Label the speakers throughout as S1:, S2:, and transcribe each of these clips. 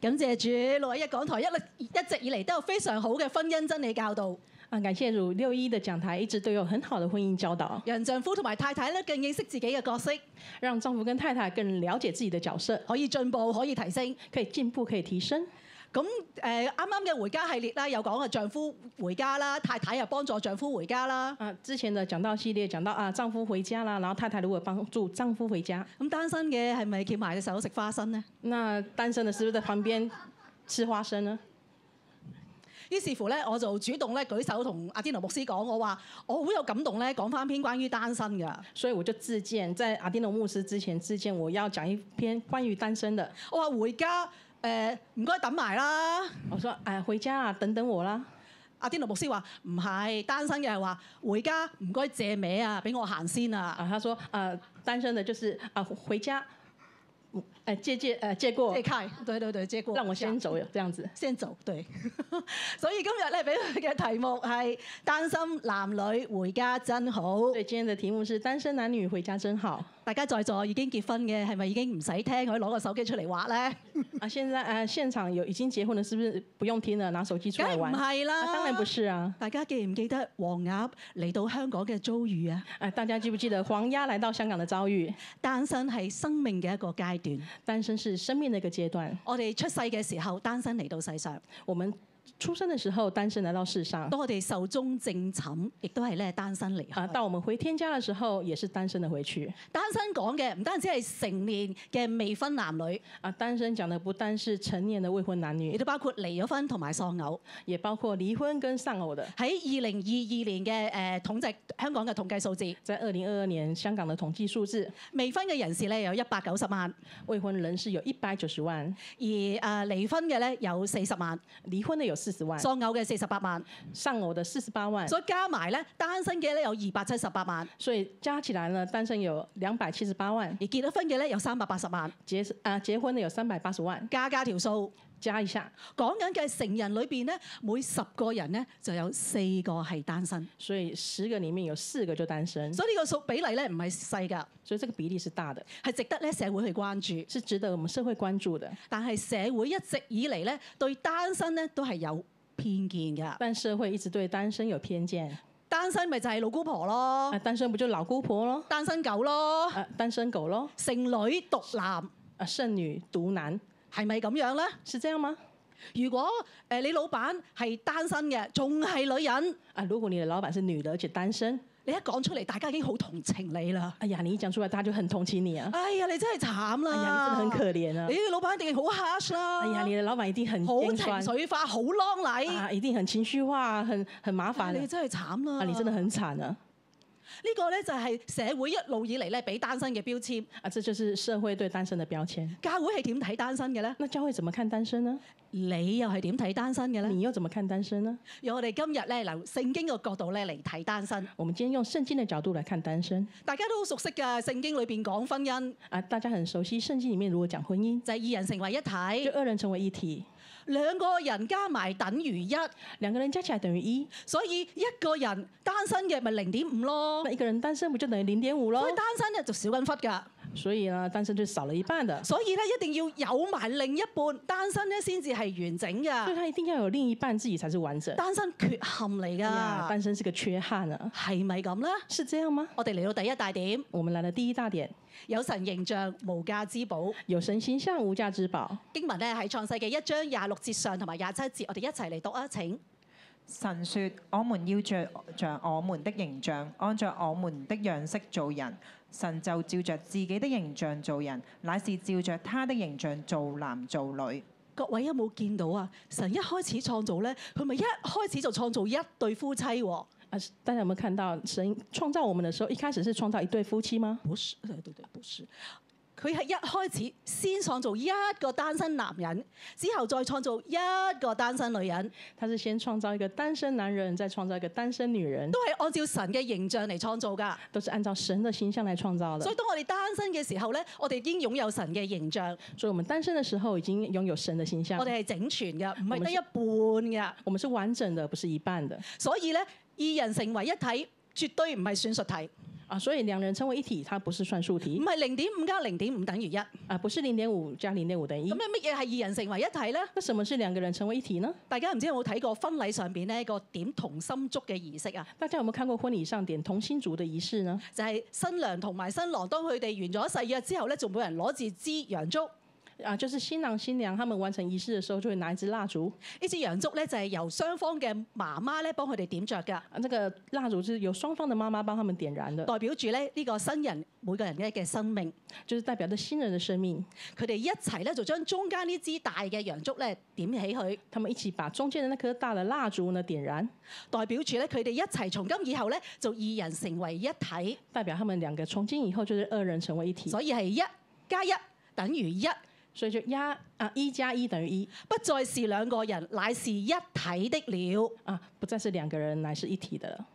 S1: 感謝主，六一一港台一律一直以嚟都有非常好嘅婚姻真理教導，
S2: 啊，感谢主，六一的讲台一直都有很好的婚姻教导，
S1: 讓丈夫同埋太太咧更認識自己嘅角色，
S2: 让丈夫跟太太更了解自己的角色，
S1: 可以進步，可以提升。
S2: 可以进步，可以提升。
S1: 咁誒啱啱嘅回家系列啦，有講啊丈夫回家啦，太太又幫助丈夫回家啦。
S2: 啊，之前的讲到系列讲到啊，丈夫回家啦，然后太太如何帮助丈夫回家，
S1: 咁單身嘅係咪翹埋隻手食花生呢？
S2: 那单身的是不是在旁边吃花生呢？
S1: 於是乎咧，我就主動咧舉手同阿天奴牧師講，我話我好有感動咧，講翻篇關於單身㗎。
S2: 所以我就自荐，在阿丁的牧师之前自荐，我要讲一篇关于单身的。
S1: 我話回家誒唔該等埋啦。
S2: 我说，哎，回家啊，等等我啦。
S1: 阿天奴牧師話唔係單身嘅係話回家唔該借尾啊，俾我行先啊。
S2: 啊，他说，呃，单身的就是啊，回家，嗯呃，借借呃借过
S1: 借，開，對對對，借過。
S2: 让我先走，这样子。
S1: 先做對。 所以今日咧俾佢嘅題目係單身男女回家真好。
S2: 所以今天的题目是单身男女回家真好。
S1: 大家在座已經結婚嘅係咪已經唔使聽，可以攞個手機出嚟畫咧？
S2: 啊，现在呃现场有已经结婚的，是不是不用听了，拿手机出
S1: 梗
S2: 来
S1: 係唔
S2: 玩？啊，
S1: 係啦。
S2: 当然不是啊。
S1: 大家記唔記得黃鴨嚟到香港嘅遭遇啊？
S2: 哎，大家记不记得黄鸭来到香港的遭遇？
S1: 單身係生命嘅一個階段。
S2: 单身是生命的一个阶段。
S1: 我哋出世嘅時候，單身嚟到世上；
S2: 我們出生的时候单身来到世上，
S1: 當我哋壽終正寢，亦都係咧單身離
S2: 啊，
S1: 開。
S2: 到我們回天家的时候也是单身的回去。
S1: 單身講嘅唔單止係成年嘅未婚男女，
S2: 啊，单身講的不單是成年的未婚男
S1: 亦
S2: 女，
S1: 都包括離咗婚同埋喪偶。
S2: 也包括離婚跟喪偶的。
S1: 喺二零二二年嘅誒呃統計香港嘅統計數字，
S2: 在二零二二年香港的統計數字，
S1: 未婚嘅人士咧有一百九十萬，
S2: 未婚人士有一百九十萬，
S1: 而誒離婚嘅咧有四十萬，
S2: 離婚的有四十萬，
S1: 喪偶嘅四十八萬，
S2: 喪偶的四十八萬，
S1: 所以加埋咧單身嘅咧有二百七十八萬。
S2: 所以加起來呢，單身有兩百七十八萬，
S1: 而結咗婚嘅咧有三百八十萬，
S2: 結啊結婚的有三百八十萬，
S1: 加加條數，
S2: 加一下，
S1: 講緊嘅成人裏邊咧，每十個人咧就有四個係單身，
S2: 所以十個裡面有四個就單身，
S1: 所以呢個數比例咧唔係細㗎，
S2: 所以這個比例是大的，
S1: 係值得咧社會去關注。
S2: 是值得我們社會關注的。
S1: 但係社會一直以嚟咧對單身咧都係有偏見㗎，
S2: 但社會一直對單身有偏見，
S1: 單身咪就係老姑婆咯
S2: 啊，，單身不就老姑婆咯，
S1: 單身狗咯，
S2: 啊，單身狗咯，
S1: 剩女獨男。
S2: 啊，剩女獨男，
S1: 係咪咁樣咧？
S2: 是這樣嗎？
S1: 如果誒、呃你老闆係單身嘅，仲係女人，
S2: 啊，如果你的老闆是女的而且單身，
S1: 你一講出嚟，大家已經好同情你啦。
S2: 哎呀，你一講出來，大家就很同情你啊，
S1: 哎呀，你真係慘
S2: 哎呀，
S1: 啦！
S2: 你真的很可憐啊
S1: 你，嘅老闆一定係好 harsh 啦。
S2: 哎呀，你的老闆一定很
S1: 好
S2: 心
S1: 情
S2: 酸
S1: 緒化，好啷禮。
S2: 啊，一定很情緒化，很很麻煩
S1: 哎
S2: 啊
S1: 你真係慘啦！
S2: 啊，你真的
S1: 呢
S2: 很慘啊，
S1: 個咧就係社會一路以嚟咧俾單身嘅標籤。
S2: 啊，這就是社會對單身的標籤。
S1: 教會係點睇單身嘅咧？
S2: 那教會怎麼看單身呢？
S1: 你又係點睇單身嘅咧？
S2: 你又怎麼看單身呢？
S1: 由我哋今日咧，由聖經嘅角度咧嚟睇單身。
S2: 我們今天用聖經的角度來看單身
S1: 大家都好熟悉㗎，聖經裏邊講婚姻
S2: 啊，大家很熟悉聖經裡面如果講婚姻，
S1: 就係、二人成為一
S2: 就
S1: 體，
S2: 二人成為一體，
S1: 兩個人加埋等於一，
S2: 兩個人加起來等於一，
S1: 所以一個人單身嘅咪零點五咯
S2: 那。一個人單身不就等於零點五
S1: 所
S2: 咯
S1: 以？單身咧就少緊忽㗎。
S2: 所以呢，單身就少了一半的，
S1: 所以咧一定要有埋另一半，單身咧先至係完整
S2: 所以
S1: 㗎。
S2: 他一定要有另一半，自己才是完整。
S1: 單身缺陷嚟
S2: 哎呀，
S1: 㗎，
S2: 單身是個缺憾啊，
S1: 係咪咁咧？
S2: 是這樣嗎？
S1: 我哋嚟到第一大點，
S2: 我們來了第一大點，
S1: 有神形象無價之寶。
S2: 有神形象無價之寶。
S1: 經文咧喺創世記一章廿六節上同埋廿七節，我哋一齊嚟讀啊！請
S3: 神說：我們要着像我們的形象，按照我們的樣式做人。神就照着自己的形象做人，乃是照着他的形象做男做女。
S1: 各位有冇見到啊？神一開始創造咧，佢咪一開始就創造一對夫妻喎、
S2: 啊，大家有沒有看到神創造我們的時候，一開始是創造一對夫妻嗎？
S1: 不是，對對對，不是。佢係一開始先創造一個單身男人，之後再創造一個單身女人，
S2: 他是先創造一個單身男人，再創造一個單身女人，
S1: 都係按照神嘅形象嚟創造㗎。
S2: 都是按照神的形象來創造的
S1: 所以。當我哋單身嘅時候咧，我哋已經擁有神嘅形象，
S2: 所以我們單身的時候已經擁有神的形象
S1: 我，哋係整全嘅，唔係得一半嘅。
S2: 我們是完整的，不是一半的。
S1: 所以咧，二人成為一體，絕對唔係算術題。
S2: 啊，所以两人称为一体，它不是算术
S1: 唔
S2: 题
S1: 係零點五加零點五等於一。咁
S2: 啊，不是零點五加零點五等於一
S1: 有。乜嘢係二人成為一體呢？
S2: 那什麼是兩個人成為一體呢？
S1: 大家唔知有冇睇過婚禮上邊呢個點同心燭嘅儀式啊？
S2: 大家有沒有看過婚禮上點同心燭的儀式呢？
S1: 就係新娘同埋新郎當佢哋完咗誓約之後咧，仲每人攞住支洋燭。
S2: 啊，就是新郎新娘他們完成儀式的時候，就會拿一支蠟燭。
S1: 呢支洋燭咧就係由雙方嘅媽媽咧幫佢哋點着㗎，
S2: 啊，那個蠟燭是由雙方的媽媽幫他們點燃的，
S1: 代表住咧呢個新人每個人咧嘅生命。
S2: 就是代表着新人的生命。
S1: 佢哋一齊咧就將中間呢支大嘅洋燭咧點起佢，
S2: 他們一起把中間的那顆大的蠟燭呢點燃，
S1: 代表住咧佢哋一齊從今以後咧就二人成為一體，
S2: 代表他們兩個從今以後就是二人成為一體。
S1: 所以係一加一等於一，
S2: 所以就壓啊一加一等於一
S1: 不再是兩個人，乃是一體的了。
S2: 啊，不再是兩個人乃是一體的了。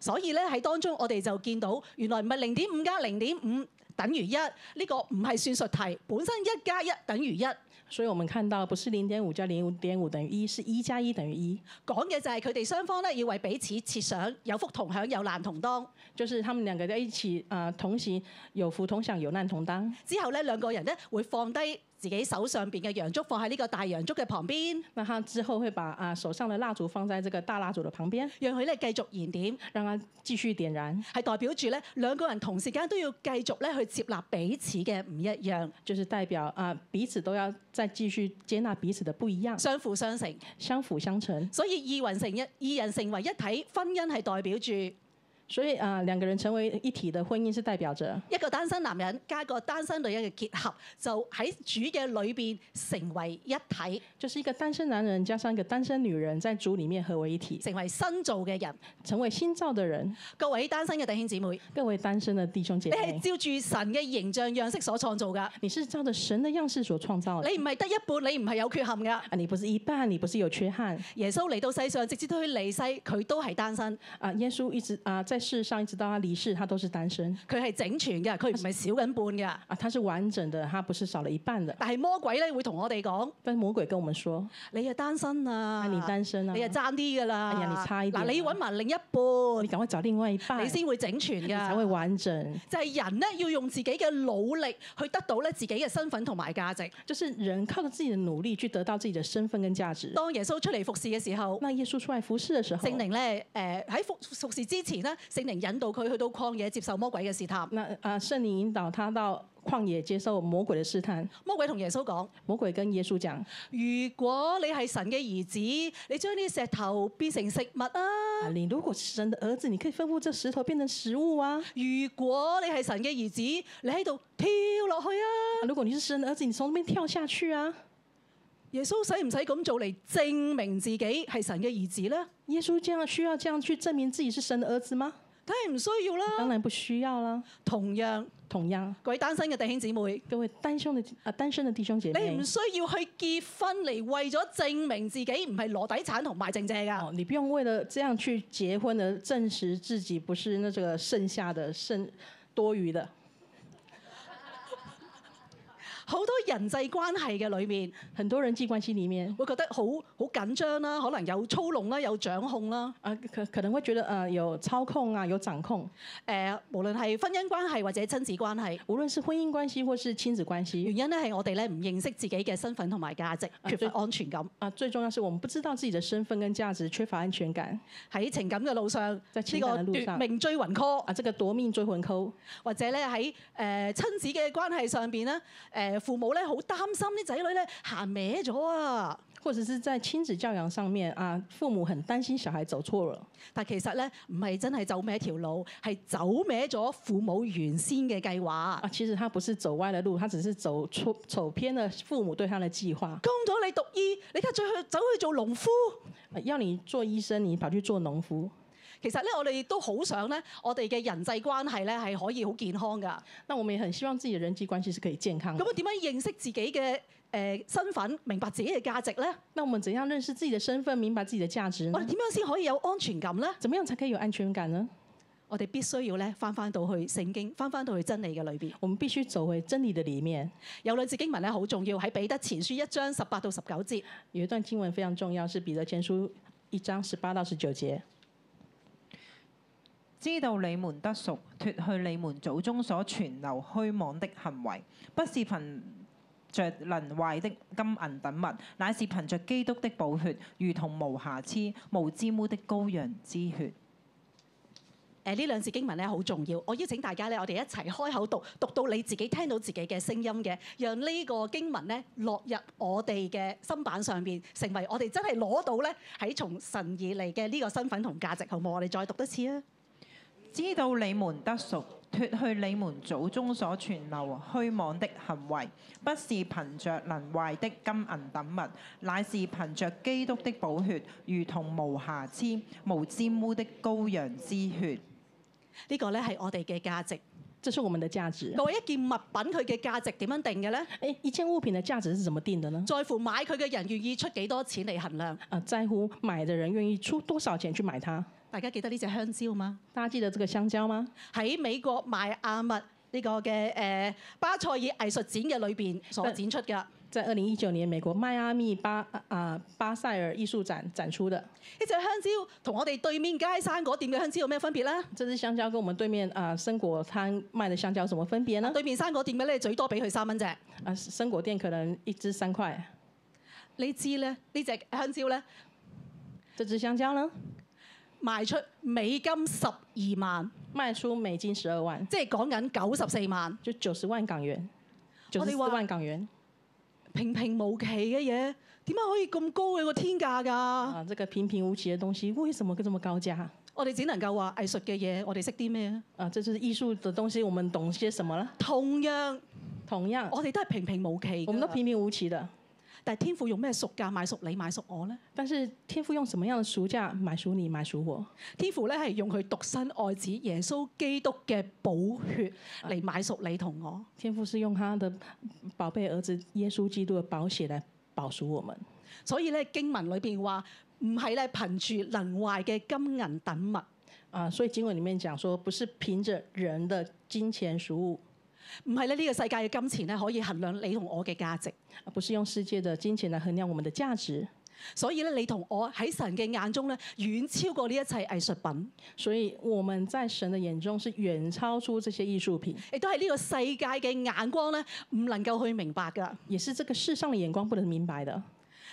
S1: 所以咧喺當中我哋就見到原來唔係零點五加零點五等於一，呢個唔係算術題，本身一加一等於一。
S2: 所以我們看到不是零點五加零點五等於一，是一加一等於一，
S1: 講嘅就係佢哋雙方咧要為彼此設想，有福同享，有難同當。
S2: 就是他們兩個在一起啊、同行，有福同享，有難同當。
S1: 之後咧兩個人咧會放低自己手上邊嘅洋燭，放喺呢個大洋燭嘅旁邊，
S2: 那他之後會把啊、手上的蠟燭放在這個大蠟燭的旁邊，
S1: 讓佢咧繼續燃點，
S2: 讓它繼續點燃，
S1: 係代表住咧兩個人同時間都要繼續咧去接納彼此嘅唔一樣，
S2: 就是代表啊、彼此都要再繼續接納彼此的不一樣，
S1: 相輔相成。
S2: 相輔相成。
S1: 所以二人成一，二人成為一體，婚姻係代表住一
S2: 所以啊、兩個人成為一體的婚姻是代表着
S1: 個單身男人加一個單身女人嘅結合，就喺主嘅裏邊成為一體，
S2: 就是一個單身男人加上一個單身女人在主裡面合為一體，
S1: 成為新造嘅人。
S2: 成為新造的人。
S1: 各位單身嘅弟兄姊妹。
S2: 各位單身的弟兄姐
S1: 你係
S2: 妹，
S1: 照住神嘅形象樣式所創造㗎，
S2: 你是照着神的樣式所創造的。
S1: 你唔係得一半，你唔係有缺陷㗎。
S2: 啊，你不是一半，你不是有缺憾
S1: 耶穌嚟到世上，直至到佢離世，佢都係單身，
S2: 啊！耶穌一直啊，在世上一直到他離世，他都是單身
S1: 佢係整全嘅，佢唔係少緊半㗎。
S2: 啊，他是完整的，他不是少了一半的。
S1: 但係魔鬼咧會同我哋講：
S2: 但是魔鬼跟我們說，
S1: 你係單身啊，
S2: 啊，你單身啊，
S1: 你係爭啲㗎啦。
S2: 哎呀你差一啲啊
S1: 嗱，你要揾埋另一
S2: 你
S1: 半，
S2: 趕快找另外一半，
S1: 你先會整全
S2: 你才會
S1: 㗎。
S2: 完整。
S1: 就係人咧要用自己嘅努力去得到咧自己嘅身份同埋價值。
S2: 就是人靠着自己的努力去得到自己的身份跟價值。
S1: 當耶穌出嚟服侍嘅時候，
S2: 那耶穌出來服侍的時候
S1: 聖，靈咧誒呃喺服服侍之前咧，聖靈引導佢去到曠野接受魔鬼嘅試探。
S2: 那啊，聖靈引導他到曠野接受魔鬼的試探。
S1: 魔鬼同耶穌講：
S2: 魔鬼跟耶穌講：
S1: 如果你係神嘅兒子，你將呢啲石頭變成食物啊！
S2: 啊，你如果是神的兒子，你可以吩咐這石頭變成食物啊。
S1: 如果你係神嘅兒子，你喺度跳落去啊！
S2: 啊如果你是神的兒子，你從那邊跳下去啊！
S1: 耶穌使唔使咁做嚟證明自己係神嘅兒子呢？
S2: 耶穌這樣需要這樣去證明自己是神的兒子嗎？
S1: 梗係唔需要
S2: 當
S1: 啦。
S2: 然不需要啦。
S1: 同樣，
S2: 同樣，
S1: 各位單身嘅弟兄姊妹，
S2: 各位單兄的啊單身的弟兄姐
S1: 你
S2: 妹
S1: 唔，需要去結婚嚟為咗證明自己唔係羅底產同埋正借㗎。
S2: 哦，你不用為了這樣去結婚而證實自己不是那這個剩下的剩多餘的。
S1: 好多人際關係嘅裏面，
S2: 很多人際關係裡面
S1: 會覺得好好緊張啦，可能有操弄啦，有掌控啦。
S2: 啊，可可能會覺得呃有操控啊，有掌控，
S1: 誒、無論係婚姻關係或者親子關係，
S2: 無論是婚姻關係或是親子關係
S1: 原因咧係我哋咧唔認識自己嘅身份同埋價值，
S2: 啊
S1: 缺
S2: 最
S1: 乏安全感。
S2: 啊，最重要是我們不知道自己的身份跟價值，缺乏安全感
S1: 喺情感嘅路上，呢個
S2: 在情感嘅路上
S1: 奪命追魂 call，
S2: 啊，這個奪命追魂扣
S1: 或者咧喺誒親子嘅關係上邊咧，誒、父母咧好擔心啲仔女咧行歪咗啊！
S2: 或者是在親子教養上面啊，父母很擔心小孩走錯了，
S1: 但其實咧唔係真係走歪條路，係走歪咗父母原先嘅計劃
S2: 啊，。其實他不是走歪了路，他只是走錯走偏了父母對他的計劃、
S1: 供咗你讀醫，你而家再去走去做農夫。
S2: 啊要你做醫生，你跑去做農夫。
S1: 其實咧，我哋都好想咧，我哋嘅人際關係咧係可以好健康㗎。
S2: 那我們也很希望自己的人際關係是可以健康的
S1: 咁。我點樣認識自己嘅誒、呃身份，明白自己嘅價值咧？
S2: 那我們怎樣認識自己的身份，明白自己的價值
S1: 我哋
S2: 呢？
S1: 點樣先可以有安全感咧？
S2: 怎麼樣才可以有安全感呢？
S1: 我哋必須要咧翻翻到去聖經，翻翻到去真理嘅裏邊。
S2: 我們必須走回真理的裡面。
S1: 有兩節經文咧好重要，喺彼得前書一章十八到十九節。
S2: 有一段經文非常重要，是彼得前書一章十八到十九節。
S3: 知道你們得贖，脱去你們祖宗所傳流虛妄的行為，不是憑着能壞的金銀等物，乃是憑着基督的寶血，如同無瑕疵、無玷污的羔羊之血。
S1: 誒呢兩節經文咧好重要，我邀請大家咧，我哋一齊開口讀，讀到你自己聽到自己嘅聲音嘅，讓呢個經文咧落入我哋嘅心板上邊，成為我哋真係攞到咧喺從神而嚟嘅呢個身份同價值，好唔好？我哋再讀一次啊！
S3: 知道你們得贖，脱去你們祖宗所傳流虛妄的行為，不是憑着能壞的金銀等物，乃是憑着基督的寶血，如同無瑕疵、無沾污的羔羊之血。
S1: 呢個咧係我哋嘅價值。
S2: 这是我们的价值。
S1: 各位一件物品佢嘅價值點樣定嘅咧？
S2: 诶，一件物品的价值是怎么定的呢？
S1: 在乎買佢嘅人願意出幾多錢嚟衡量。
S2: 啊，在乎买的人愿意出多少钱去买它。
S1: 大家記得呢隻香蕉嗎？
S2: 大家记得这个香蕉吗？
S1: 喺美國邁阿密呢個嘅誒、呃巴塞爾藝術展嘅裏邊所展出嘅。
S2: 在二零一九年美国迈阿密巴啊、巴塞尔艺术展展出的
S1: 呢隻香蕉同我哋對面街生果店嘅香蕉有咩分別呢？
S2: 这只香蕉，跟我们对面啊、生果摊卖的香蕉有什么分别呢？
S1: 對面生果店嘅咧最多俾佢三蚊隻。
S2: 啊，生果店可能一只三块，
S1: 你知咧呢隻香蕉咧
S2: 这只香蕉呢
S1: 賣出美金十二萬，
S2: 卖出美金十二万，
S1: 即係講緊九十四萬，
S2: 就九十万港元，九
S1: 我
S2: 十
S1: 哋
S2: 四
S1: 話
S2: 万港元
S1: 平平無奇嘅嘢，點解可以咁高嘅個天價㗎？
S2: 啊！这个平平无奇的东西，为什么会这么高价？
S1: 我哋只能夠話藝術嘅嘢，我哋識啲咩啊？
S2: 啊，这就是艺术的东西，我们懂些什么了？
S1: 同樣，
S2: 同样，
S1: 我哋都係平平無奇㗎。
S2: 我们都平平无奇的，
S1: 但係天父用咩贖價買贖你買贖我呢？
S2: 但是天父用什么样的赎价买赎你，买赎我？
S1: 天父咧係用佢獨生愛子耶穌基督嘅寶血嚟買贖你同我。
S2: 天父是用他的宝贝儿子耶稣基督的宝血来保赎我们，
S1: 所以咧經文裏邊話唔係咧憑住能壞嘅金銀等物，
S2: 啊，所以经文里面讲说，不是凭着人的金钱赎物，
S1: 唔係咧呢個世界嘅金錢咧可以衡量你同我嘅價值。
S2: 啊不是用世界的金钱来衡量我们的价值。
S1: 所以咧你同我喺神嘅眼中咧遠超過呢一切藝術品，
S2: 所以我们在神的眼中是远超出这些艺术品，
S1: 亦都係呢個世界嘅眼光咧唔能夠去明白㗎。
S2: 也是这个世上的眼光不能明白的。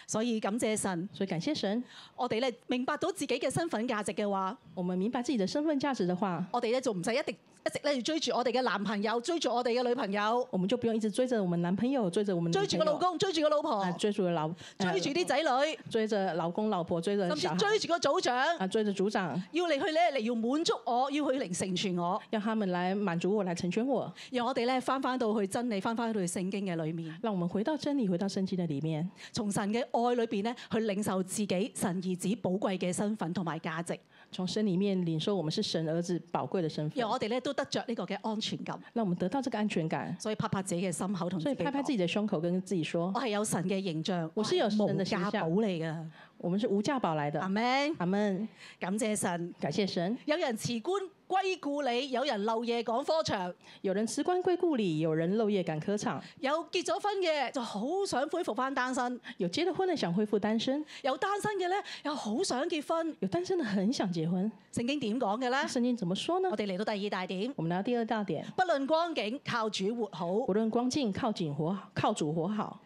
S1: 所以感謝神，
S2: 所以感谢神，
S1: 我哋咧明白到自己嘅身份價值嘅話。
S2: 我们明白自己的身份价值的话，
S1: 我哋咧就唔使一直一直咧要追住我哋嘅男朋友，追住我哋嘅女朋友，
S2: 我们就不用一直追着我们男朋友，追着我们的
S1: 追
S2: 女
S1: 住
S2: 朋
S1: 個
S2: 友
S1: 老公，追住個老婆
S2: 啊，，追逐老，
S1: 追住啲仔女，
S2: 呃追着老公老婆，追着
S1: 甚
S2: 小
S1: 至
S2: 孩
S1: 追住個組長，
S2: 啊，追着組長，
S1: 要你去咧嚟要滿足我，要去嚟成全我，
S2: 要他们来满足我，来成全我，
S1: 讓我哋咧翻翻到去真理，翻翻到去聖經嘅裏面，
S2: 让我们回到真理，回到圣经的里面，
S1: 從神嘅愛裏邊咧去領受自己神兒子寶貴嘅身份同埋價值，
S2: 从神里面领受我们是神儿子宝贵的身份
S1: 讓，我哋咧都得着呢個嘅安全感。
S2: 让我们得到这个安全感。
S1: 所以拍拍自己嘅心口同
S2: 所
S1: 自
S2: 以
S1: 己
S2: 拍拍自
S1: 講，
S2: 己的胸口，跟自己说
S1: 我：係有神嘅形象，
S2: 我是有神
S1: 無
S2: 的形
S1: 價
S2: 象
S1: 寶嚟㗎。
S2: 我们是无价宝来
S1: 阿
S2: 的。
S1: 明，
S2: 阿门，
S1: 感謝神。
S2: 感谢神。
S1: 有人辭官歸故里，有人漏夜趕科場，
S2: 有人辞官归故里，有人漏夜赶科场，
S1: 有結咗婚嘅就好想恢復翻單身，
S2: 有结了婚的想恢复单身，
S1: 有單身嘅咧又好想結婚。
S2: 有单身的很想结婚。
S1: 聖經點講嘅咧？
S2: 圣经怎么说呢
S1: 我？哋嚟到第二大點，
S2: 我们来到第二大点，
S1: 不論光景，靠主活好。誒、
S2: 不论光境靠景活，靠主活好。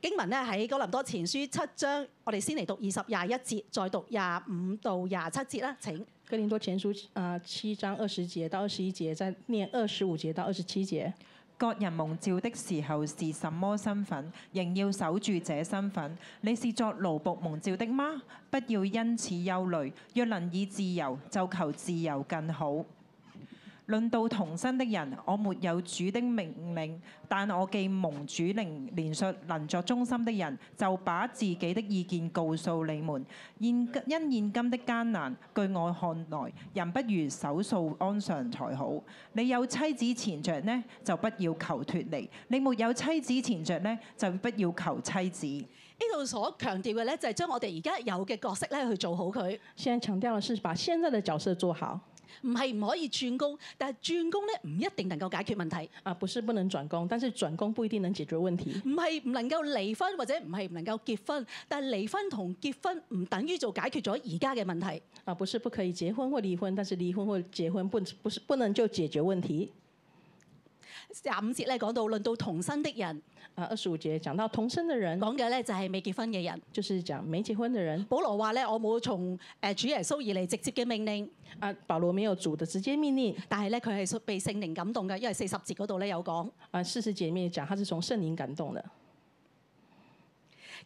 S1: 經文咧喺哥林多前書七章，我哋先嚟讀二十廿一節，再讀廿五到廿七節啦。請
S2: 哥林多前书啊、七章二十节到二十一节，再念二十五节到二十七节。
S3: 各人蒙召的時候是什麼身份，仍要守住這身份。你是作奴仆蒙召的嗎？不要因此憂慮，若能以自由，就求自由更好。論到童身的人，我沒有主的命令，但我既蒙主令連述能作忠心的人，就把自己的意見告訴你們。現因現今的艱難，據我看來，人不如守素安常才好。你有妻子纏着呢，就不要求脱離；你沒有妻子纏着呢，就不要求妻子。
S1: 呢度所強調嘅咧，就係將我哋而家有嘅角色咧去做好佢。
S2: 现在强调的是把现在的角色做好，
S1: 唔係唔可以轉工，但係轉工咧唔一定能夠解決問題，
S2: 啊，不是不能转工，但是转工不一定能解决问题。
S1: 唔係唔能夠離婚或者唔係唔能夠結婚，但係離婚同結婚唔等於就解決咗而家嘅問題。
S2: 啊，不是不可以结婚或离婚，但是离婚或结婚不不是不能就解决问题。
S1: 廿五節咧講到論到童身的人，
S2: 啊，二十五节讲到同生的人，
S1: 講嘅咧就係未結婚嘅人。
S2: 就是讲没结婚的人。
S1: 保羅話咧，我冇從誒主耶穌以嚟直接嘅命令，
S2: 啊，保罗没有主的直接命令。
S1: 但係咧佢係被聖靈感動嘅，因為四十節嗰度咧有講。
S2: 啊，四十姐妹讲她是从圣灵感動的。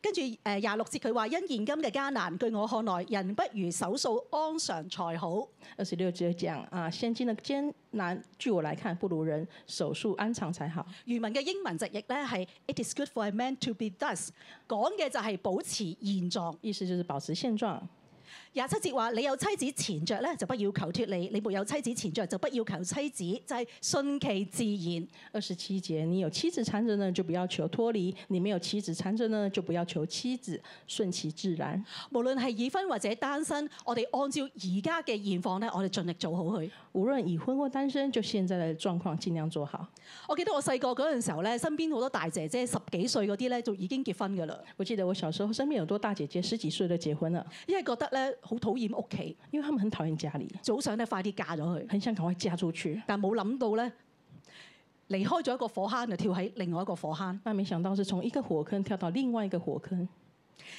S1: 跟住誒廿六節佢話：因現今嘅艱難，據我看來，人不如手數安常才好。
S2: 二十六节讲啊，现今的艰难，据我来看，不如人手术安常才好。
S1: 原文嘅英文直譯咧係：It is good for a man to be thus。講嘅就係保持現狀。
S2: 意思就是保持現狀。
S1: 廿七節話：你有妻子纏着咧，就不要求脱離；你沒有妻子纏着，就不要求妻子，就係、順其自
S2: 二十七节，你有妻子缠着呢，就不要求脱離；你没有妻子缠着呢，就不要求妻子，順其自然。
S1: 然。無論係已婚或者單身，我哋按照而家嘅現況咧，我哋盡力做好佢。
S2: 無論已婚或單身，就現在的狀況盡量做好。
S1: 我記得我細個嗰陣時候咧，身邊好多大姐姐十幾歲嗰啲咧，就已經結婚㗎啦，
S2: 我記得我小時候身邊有多大姐姐十幾歲都結婚了，
S1: 因為覺得咧好討厭屋企，
S2: 因為他們很討厭家裡，
S1: 早想咧快啲嫁咗佢，
S2: 很想趕快嫁出去。
S1: 但冇諗到咧離開咗一個火坑就跳喺另外一個火坑。
S2: 那沒想到是從一個火坑跳到另外一個火坑。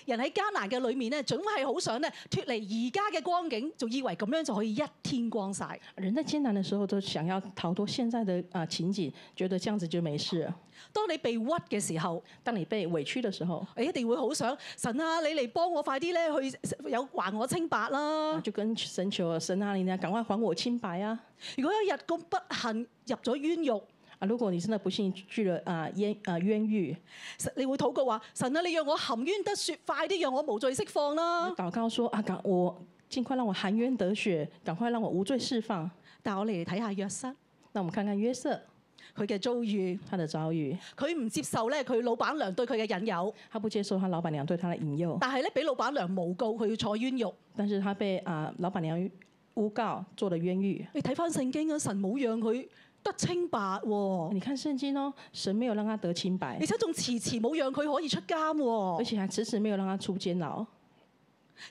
S1: 人喺艱難嘅裏面咧，總係好想咧脱離而家嘅光景，就以為咁樣就可以一天光晒。
S2: 人在艰难的时候都想要逃脱现在的啊、情景，觉得这样子就没事了。
S1: 當你被屈嘅時候，
S2: 当你被委屈的时候，
S1: 你一定會好想神啊，你嚟幫我快啲咧去有還我清白
S2: 啊
S1: 啦！
S2: 就跟神求神啊，你呢赶快还我清白啊！
S1: 如果有一日咁不幸入咗冤獄，
S2: 啊，如果你真的不幸去了啊冤啊冤狱，
S1: 神你會禱告話：神啊，你讓我含冤得雪，快啲讓我無罪釋放啦！
S2: 祷告说啊，赶我尽快让我含冤得雪，赶快让我无罪释放。
S1: 但我哋嚟睇下約瑟
S2: 那我们看看约瑟
S1: 佢嘅遭遇，
S2: 他的遭遇，
S1: 佢唔接受咧佢老闆娘對佢嘅引誘，
S2: 他不接受他老板娘对他的引诱，
S1: 但係咧俾老闆娘誣告佢要坐冤獄。
S2: 但是他被啊老板娘诬告，做了冤狱。
S1: 你睇翻聖經啊，神冇讓佢得清白喎、
S2: 你看圣经哦，神没有让他得清白
S1: 而，且仲遲遲冇讓佢可以出監喎、
S2: 而且还迟迟没有让他出监牢。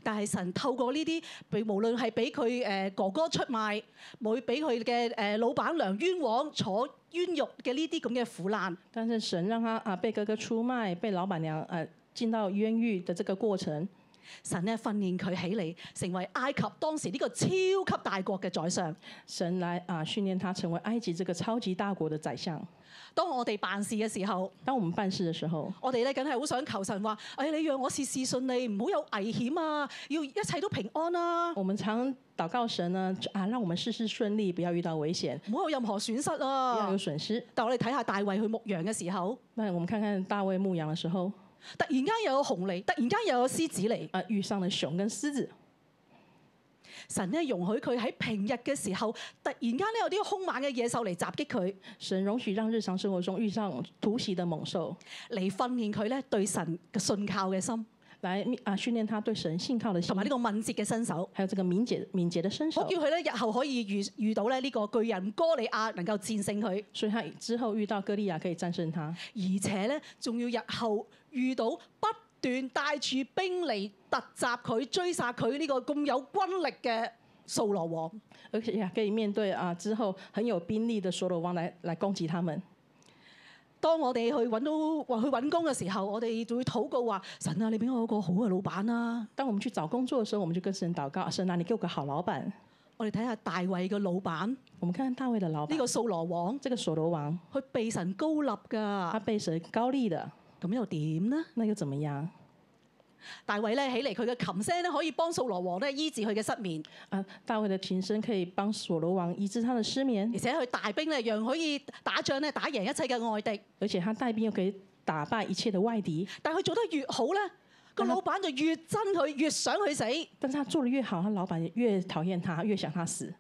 S1: 但係神透過呢啲，俾無論係俾佢誒哥哥出賣，每俾佢嘅誒老闆娘冤枉坐冤獄嘅呢啲咁嘅苦難，
S2: 但是神让他啊被哥哥出卖，被老板娘啊进到冤狱的这个过程，
S1: 神咧訓練佢起嚟，成為埃及當時呢個超級大國嘅宰相。
S2: 神来啊训练他成为埃及这个超级大国的宰相。
S1: 當我哋辦事嘅時候，
S2: 当我们办事的时候，
S1: 我哋咧梗係好想求神話：，哎，你讓我事事順利，唔好有危險啊，要一切都平安啊，
S2: 我们常祷告神呢啊，让我们事事顺利，不要遇到危险，
S1: 唔好有任何損失
S2: 不要
S1: 啊
S2: 有。损失。
S1: 但我哋睇下大衛去牧羊嘅時候，
S2: 那我们看看大卫牧羊的时候
S1: 突然間又有紅嚟，突然間又有獅子嚟。
S2: 啊，遇上了熊跟狮子，
S1: 神咧容許佢喺平日嘅時候，突然間咧有啲兇猛嘅野獸嚟襲擊佢，
S2: 神容许让日常生活中遇上突袭的猛兽，
S1: 嚟訓練佢咧對神嘅信靠嘅心，
S2: 来啊训练他对神信靠的心
S1: 同，埋呢個敏捷嘅身手。
S2: 还有这个敏捷敏捷的身
S1: 我
S2: 手
S1: 叫。佢咧，日後可以遇遇到咧呢個巨人哥利亞，能夠戰勝佢，
S2: 所以他之后遇到歌利亚可以战胜他。
S1: 而且咧仲要日後遇到不斷帶住兵嚟突襲佢、追殺佢呢個咁有軍力嘅掃羅王。
S2: 而且还可以面对啊之后很有兵力的所罗王来来攻击他们。
S1: 當我哋去揾到話去揾工嘅時候，我哋就會禱告話：神啊，你俾我一個好嘅老闆啦、
S2: 当我们去找工作的时候，我们就跟神禱告：啊神啊，你给我个好老板。
S1: 我哋睇下大衛嘅老闆呢、
S2: 我们看看大卫的老板，
S1: 個掃羅王，
S2: 这个所罗王，
S1: 佢被神高立
S2: 他
S1: 㗎，
S2: 被神高利的，
S1: 咁又點呢？
S2: 那又怎么样？
S1: 大衛咧起嚟，佢嘅琴聲咧可以幫掃羅王咧醫治佢嘅失眠，
S2: 啊，大卫的琴声可以帮所罗王医治他的失眠，
S1: 而且佢大兵咧讓可以打仗咧打贏一切嘅外敵。
S2: 而且他带兵又可以打败一切的外敵。
S1: 但佢做得越好咧，個老闆就越憎佢，越想佢死。
S2: 但是他做的越好，他老板越讨厌他，越想他死。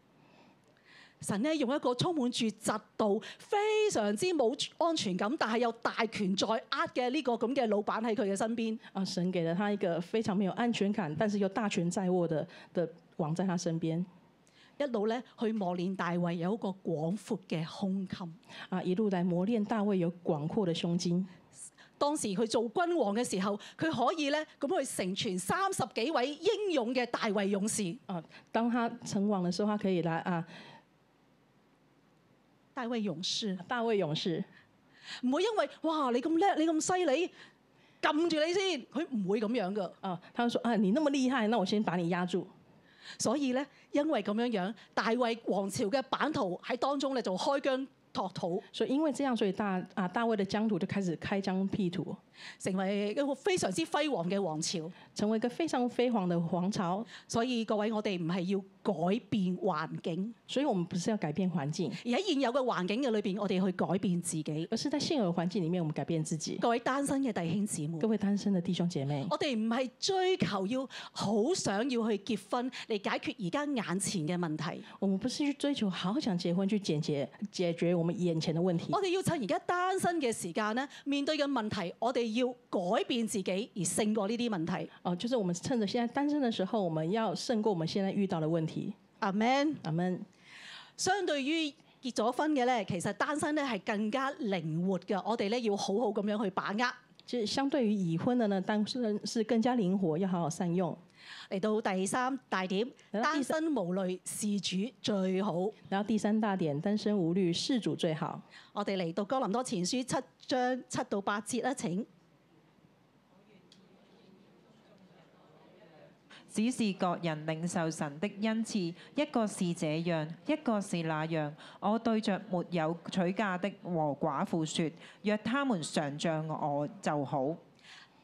S1: 神咧用一個充滿住嫉妒、非常之冇安全感，但係又大權在握嘅呢個咁嘅老闆喺佢嘅身邊，
S2: 啊，神给了他一个非常没有安全感，但是又大权在握的的王在他身边。
S1: 一路咧去磨練大衛有一個廣闊嘅胸襟。
S2: 啊，一路来磨练大卫有广阔的胸襟。
S1: 當時佢做君王嘅時候，佢可以咧咁去成全三十幾位英勇嘅大衛勇士。
S2: 啊，当他成王的时候，他可以来啊，
S1: 大衛勇士
S2: 大卫勇士
S1: 唔會因為哇你咁叻，你咁犀利，撳住你先，佢唔會咁樣噶。
S2: 啊，他就说啊，你那么厉害，那我先把你压住。
S1: 所以咧，因為咁樣樣，大衛王朝嘅版圖喺當中咧就開疆拓土，
S2: 所以因为这样，所以大啊大卫的疆土就开始开疆辟土，
S1: 成為一個非常之輝煌嘅王朝。
S2: 成为一个非常辉煌的皇朝。
S1: 所以各位，我哋唔係要改變環境，
S2: 所以我们不是要改变环境，
S1: 而喺現有嘅環境嘅裏邊，我哋去改變自己。
S2: 而是在现有的环境里面，我们改变自己。
S1: 各位單身嘅弟兄姊妹
S2: 各。位单身的弟兄姐妹，
S1: 我哋唔係追求要好想要去結婚嚟解決而家眼前嘅問題，
S2: 我们不是去追求好想结婚去解决解决我们眼前的问题
S1: 我，哋要趁而家單身嘅時間咧，面對嘅問題，我哋要改變自己而勝過呢啲問題。
S2: 哦、就是我们趁着现在单身的时候，我们要胜过我们现在遇到的问題。
S1: 阿 Man，
S2: 阿门。
S1: 相對於結咗婚嘅咧，其實單身咧係更加靈活嘅，我哋咧要好好咁樣去把握。
S2: 就是相对于已婚的呢，单身是更加灵活，要好好善用。
S1: 嚟到第三大點，
S2: 嗯
S1: 單身無慮事主最好。
S2: 然后第三大点，单身无虑，事主最好。
S1: 我哋嚟到哥林多前書七章七到八節啦，請。
S3: 只是各人領受神的恩賜，一個是這樣，一個是那樣。我對着沒有娶嫁的和寡婦說：若他們常像我就好。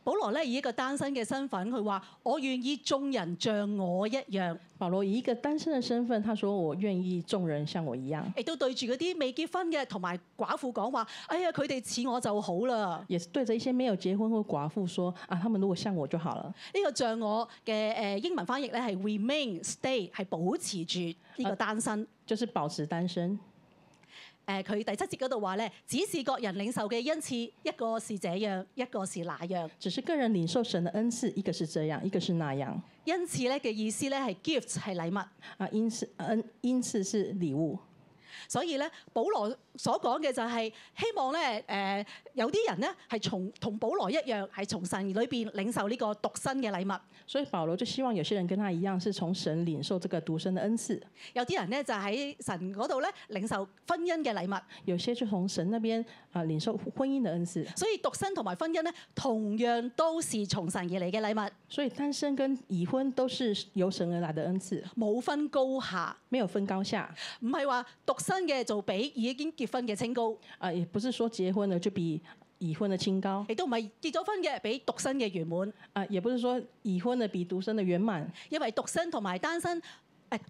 S1: 保羅咧以一個單身嘅身份，佢話：我願意眾人像我一樣，
S2: 保罗以一个单身的身份，他说：“我愿意众人像我一样。
S1: 亦都對住嗰啲未結婚嘅同埋寡婦講話：哎呀，佢哋似我就好啦。”
S2: 也是对着一些没有结婚或寡婦说：“啊，他们如果像我就好了。
S1: 呢、個像我嘅誒英文翻譯咧係 remain stay，係保持住呢個單身。”
S2: 就是保持單身。
S1: 誒佢、第七節嗰度話咧，只是各人領受嘅恩賜，一個是這樣，一個是那樣。
S2: 只是个人領受神的恩賜，一個是這樣，一個是那樣。
S1: 恩賜咧嘅意思咧係 gift 係禮物，
S2: 啊，因此恩因此是禮物。
S1: 所以咧保羅所講嘅就係希望咧誒、有啲人咧係從同保羅一樣係從神裏邊領受呢個獨身嘅禮物，
S2: 所以保羅就希望有些人跟他一樣，是從神領受這個獨身的恩賜；
S1: 有啲人咧就喺神嗰度咧領受婚姻嘅禮物，
S2: 有些就從神那邊啊領受婚姻的恩賜。
S1: 所以獨身同埋婚姻咧同樣都是從神而嚟嘅禮物，
S2: 所以單身跟已婚都是由神而來的恩賜，
S1: 冇分高下，
S2: 沒有分高下。
S1: 唔係話獨身嘅就比已經結婚嘅清高。
S2: 啊，也不是說結婚了就比已婚的清高，
S1: 亦都唔係結咗婚嘅比獨身嘅圓滿，
S2: 啊，也不是說已婚的比獨身的圓滿，
S1: 因為獨身同埋單身，誒、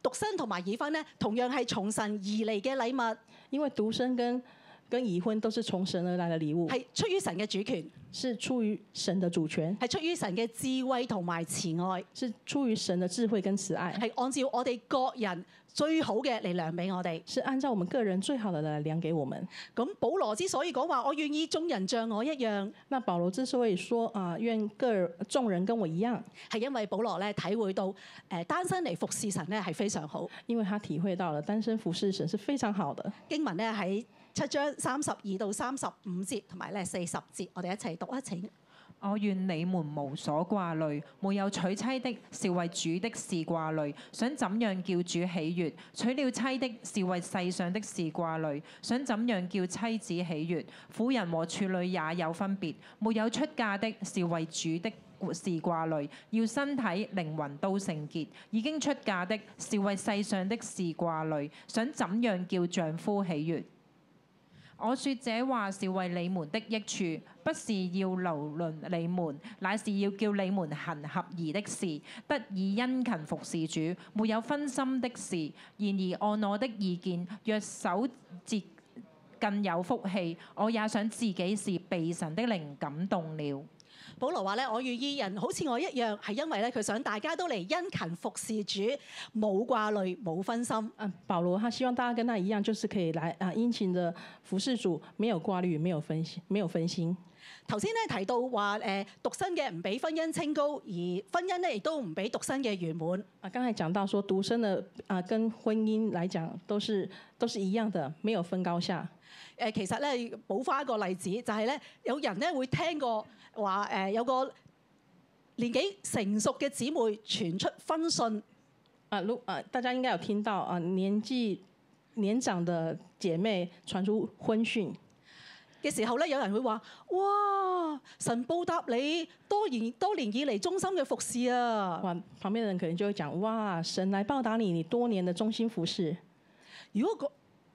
S1: 獨身同埋已婚咧，同樣係從神而嚟嘅禮物，
S2: 因為獨身跟跟已婚都是從神而來的禮物，
S1: 係出於神嘅主權，
S2: 是出於神的主權，
S1: 係出於神嘅智慧同埋慈愛，
S2: 是出於神的智慧跟慈愛，
S1: 係按照我哋各人最好嘅嚟量俾我哋。
S2: 是按照我們個人最好的來量給我們。
S1: 咁保羅之所以講話我願意眾人像我一樣，
S2: 那保羅之所以說啊，願個眾人跟我一樣，
S1: 係因為保羅咧體會到誒、單身嚟服侍神咧係非常好。
S2: 因為他體會到了單身服侍神是非常好的。
S1: 經文咧喺七章三十二到三十五節同埋咧四十節，我哋一齊讀一請。
S3: 我願你們無所掛慮，沒有娶妻的是為主的事掛慮，想怎樣叫主喜悅；娶了妻的是為世上的事掛慮，想怎樣叫妻子喜悅。婦人和處女也有分別，沒有出嫁的是為主的。事掛慮，要身體靈魂都聖潔；已經出嫁的是為世上的事掛慮，想怎樣叫丈夫喜悅。我說這話是為你們的益處，不是要留論你們，乃是要叫你們行合宜的事，得以殷勤服侍主，沒有分心的事。然而按我的意見，若守節更有福氣。我也想自己是被神的靈感動了。
S1: 保羅話咧：我願意人好似我一樣，係因為咧佢想大家都嚟殷勤服侍主，冇掛慮，冇分心。
S2: 啊，保羅他希望大家跟他一樣，就是可以來啊殷勤的服侍主，沒有掛慮，沒有分心，沒有分心。
S1: 頭先咧提到話誒獨身嘅唔俾婚姻清高，而婚姻咧亦都唔俾獨身嘅圓滿。
S2: 啊，刚才讲到说独身的啊，跟婚姻来讲都是都是一样的，没有分高下。
S1: 誒、其實咧補翻一個例子，就係、咧有人咧會聽過話誒、有個年紀成熟嘅姊妹傳出婚訊，
S2: 啊，如啊，大家应该有听到啊，年纪年长的姐妹传出婚讯，
S1: 嘅時候咧，有人會話：哇！神報答你多年多年以嚟忠心嘅服侍啊！
S2: 哇，旁边的人可能就会讲哇，神来报答你，你多年的忠心服侍。
S1: 如果個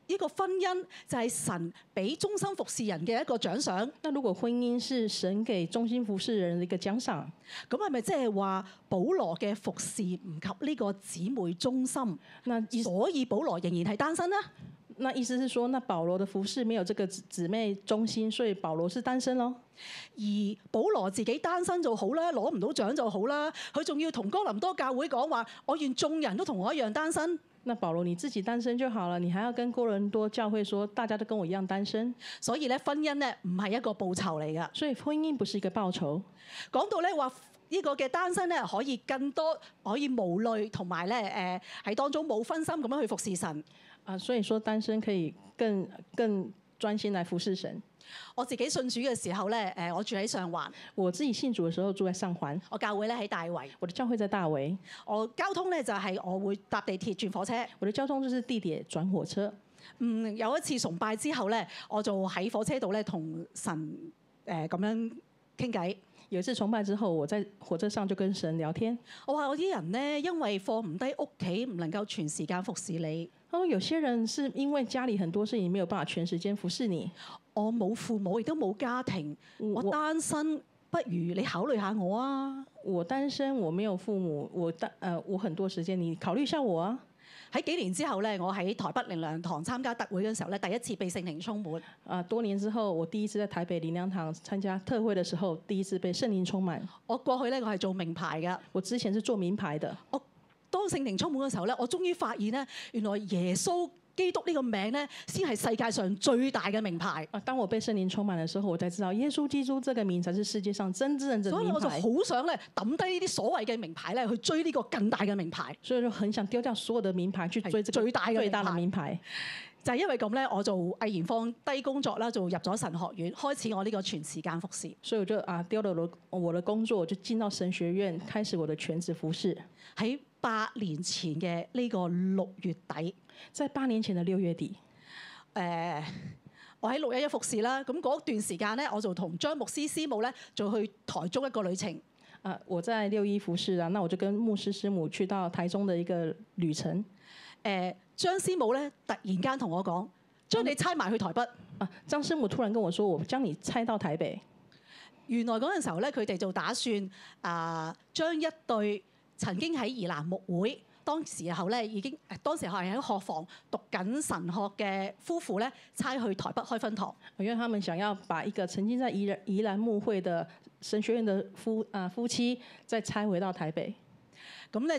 S1: 呢個婚姻就係神俾忠心服侍人嘅一個獎賞，
S2: 那如果婚姻是神给忠心服侍人的一个奖赏，
S1: 咁係咪即係話保羅嘅服侍唔及呢個姊妹忠心，
S2: 那意
S1: 所以保羅仍然係單身呢？
S2: 那意思是说，那保罗的服侍没有这个姊姊妹忠心，所以保罗是单身咯。
S1: 而保羅自己單身就好啦，攞唔到獎就好啦，佢仲要同哥林多教會講話：我願眾人都同我一樣單身。
S2: 那保罗你自己單身就好了，你还要跟哥伦多教会说，大家都跟我一样单身，
S1: 所以咧，婚姻咧唔係一個報酬嚟㗎。
S2: 所以婚姻不是一个报酬。
S1: 講到咧話呢個嘅單身咧，可以更多可以無慮，同埋咧誒喺當中冇分心咁樣去服侍神。
S2: 啊，所以说单身可以更更专心来服侍神。
S1: 我自己信主嘅時候咧，誒我住喺上環，
S2: 我自己信主的时候住在上环，
S1: 我教會咧喺大圍，
S2: 我的教会在大围，
S1: 我交通咧就係、我會搭地鐵轉火車。
S2: 我的交通就是地铁转火车。
S1: 嗯，有一次崇拜之後咧，我就喺火車度咧同神誒咁、樣傾偈。
S2: 有一次崇拜之后，我在火车上就跟神聊天，
S1: 我話我啲人咧，因為放唔低屋企，唔能夠全時間服侍你。
S2: 他说有些人是因为家里很多事情没有办法全时间服侍你，
S1: 我冇父母，亦都冇家庭，我
S2: 我
S1: 單身，不如你考慮下我啊！
S2: 我单身，我没有父母，我单呃我很多时间，你考虑一下我啊。
S1: 喺幾年之後咧，我喺台北靈糧堂參加特會嘅時候咧，第一次被聖靈充滿。
S2: 啊，多年之后，我第一次在台北林良堂参加特会的时候，第一次被圣灵充满。
S1: 我過去咧，我係做名牌㗎。
S2: 我之前是做名牌的，
S1: 當聖靈充滿嘅時候咧，我終於發現咧，原來耶穌基督呢個名咧，先係世界上最大嘅名牌。
S2: 啊，当我被圣灵充满的时候，我才知道耶稣基督这个名才是世界上真正的
S1: 所以
S2: 名
S1: 我就
S2: 牌。
S1: 好想咧抌低呢啲所謂嘅名牌咧，去追呢個更大嘅名牌。
S2: 所以就很想丢掉所有的名牌，去
S1: 係
S2: 追这个
S1: 最大嘅
S2: 最
S1: 名
S2: 大的
S1: 牌
S2: 名牌。
S1: 就係因為咁咧，我就毅然放低工作啦，就入咗神學院，開始我呢個全時間服侍。
S2: 所以我就啊，丢了我的我的工作，我就进到神学院，开始我的全职服侍。
S1: 喺八年前嘅呢個六月底，誒、呃
S2: 在八年前的六月底，
S1: 我喺六一一服侍啦。咁嗰段時間咧，我就同張牧師師母咧，就去台中一個旅程。
S2: 啊，我在六一服侍啊，那我就跟牧师师母去到台中的一个旅程。
S1: 誒、張師母咧，突然間同我講：將你差埋去台北。
S2: 啊，张师母突然跟我说，我将你拆到台北。
S1: 原來嗰陣時候咧，佢哋就打算啊，將一對曾經喺宜蘭木會，當時候咧已經當時候係喺學房讀緊神學嘅夫婦咧，差去台北開分堂。
S2: 因为他们想要把一个曾经在宜兰宜兰牧会的神学院的夫啊夫妻再拆回到台北。
S1: 咁咧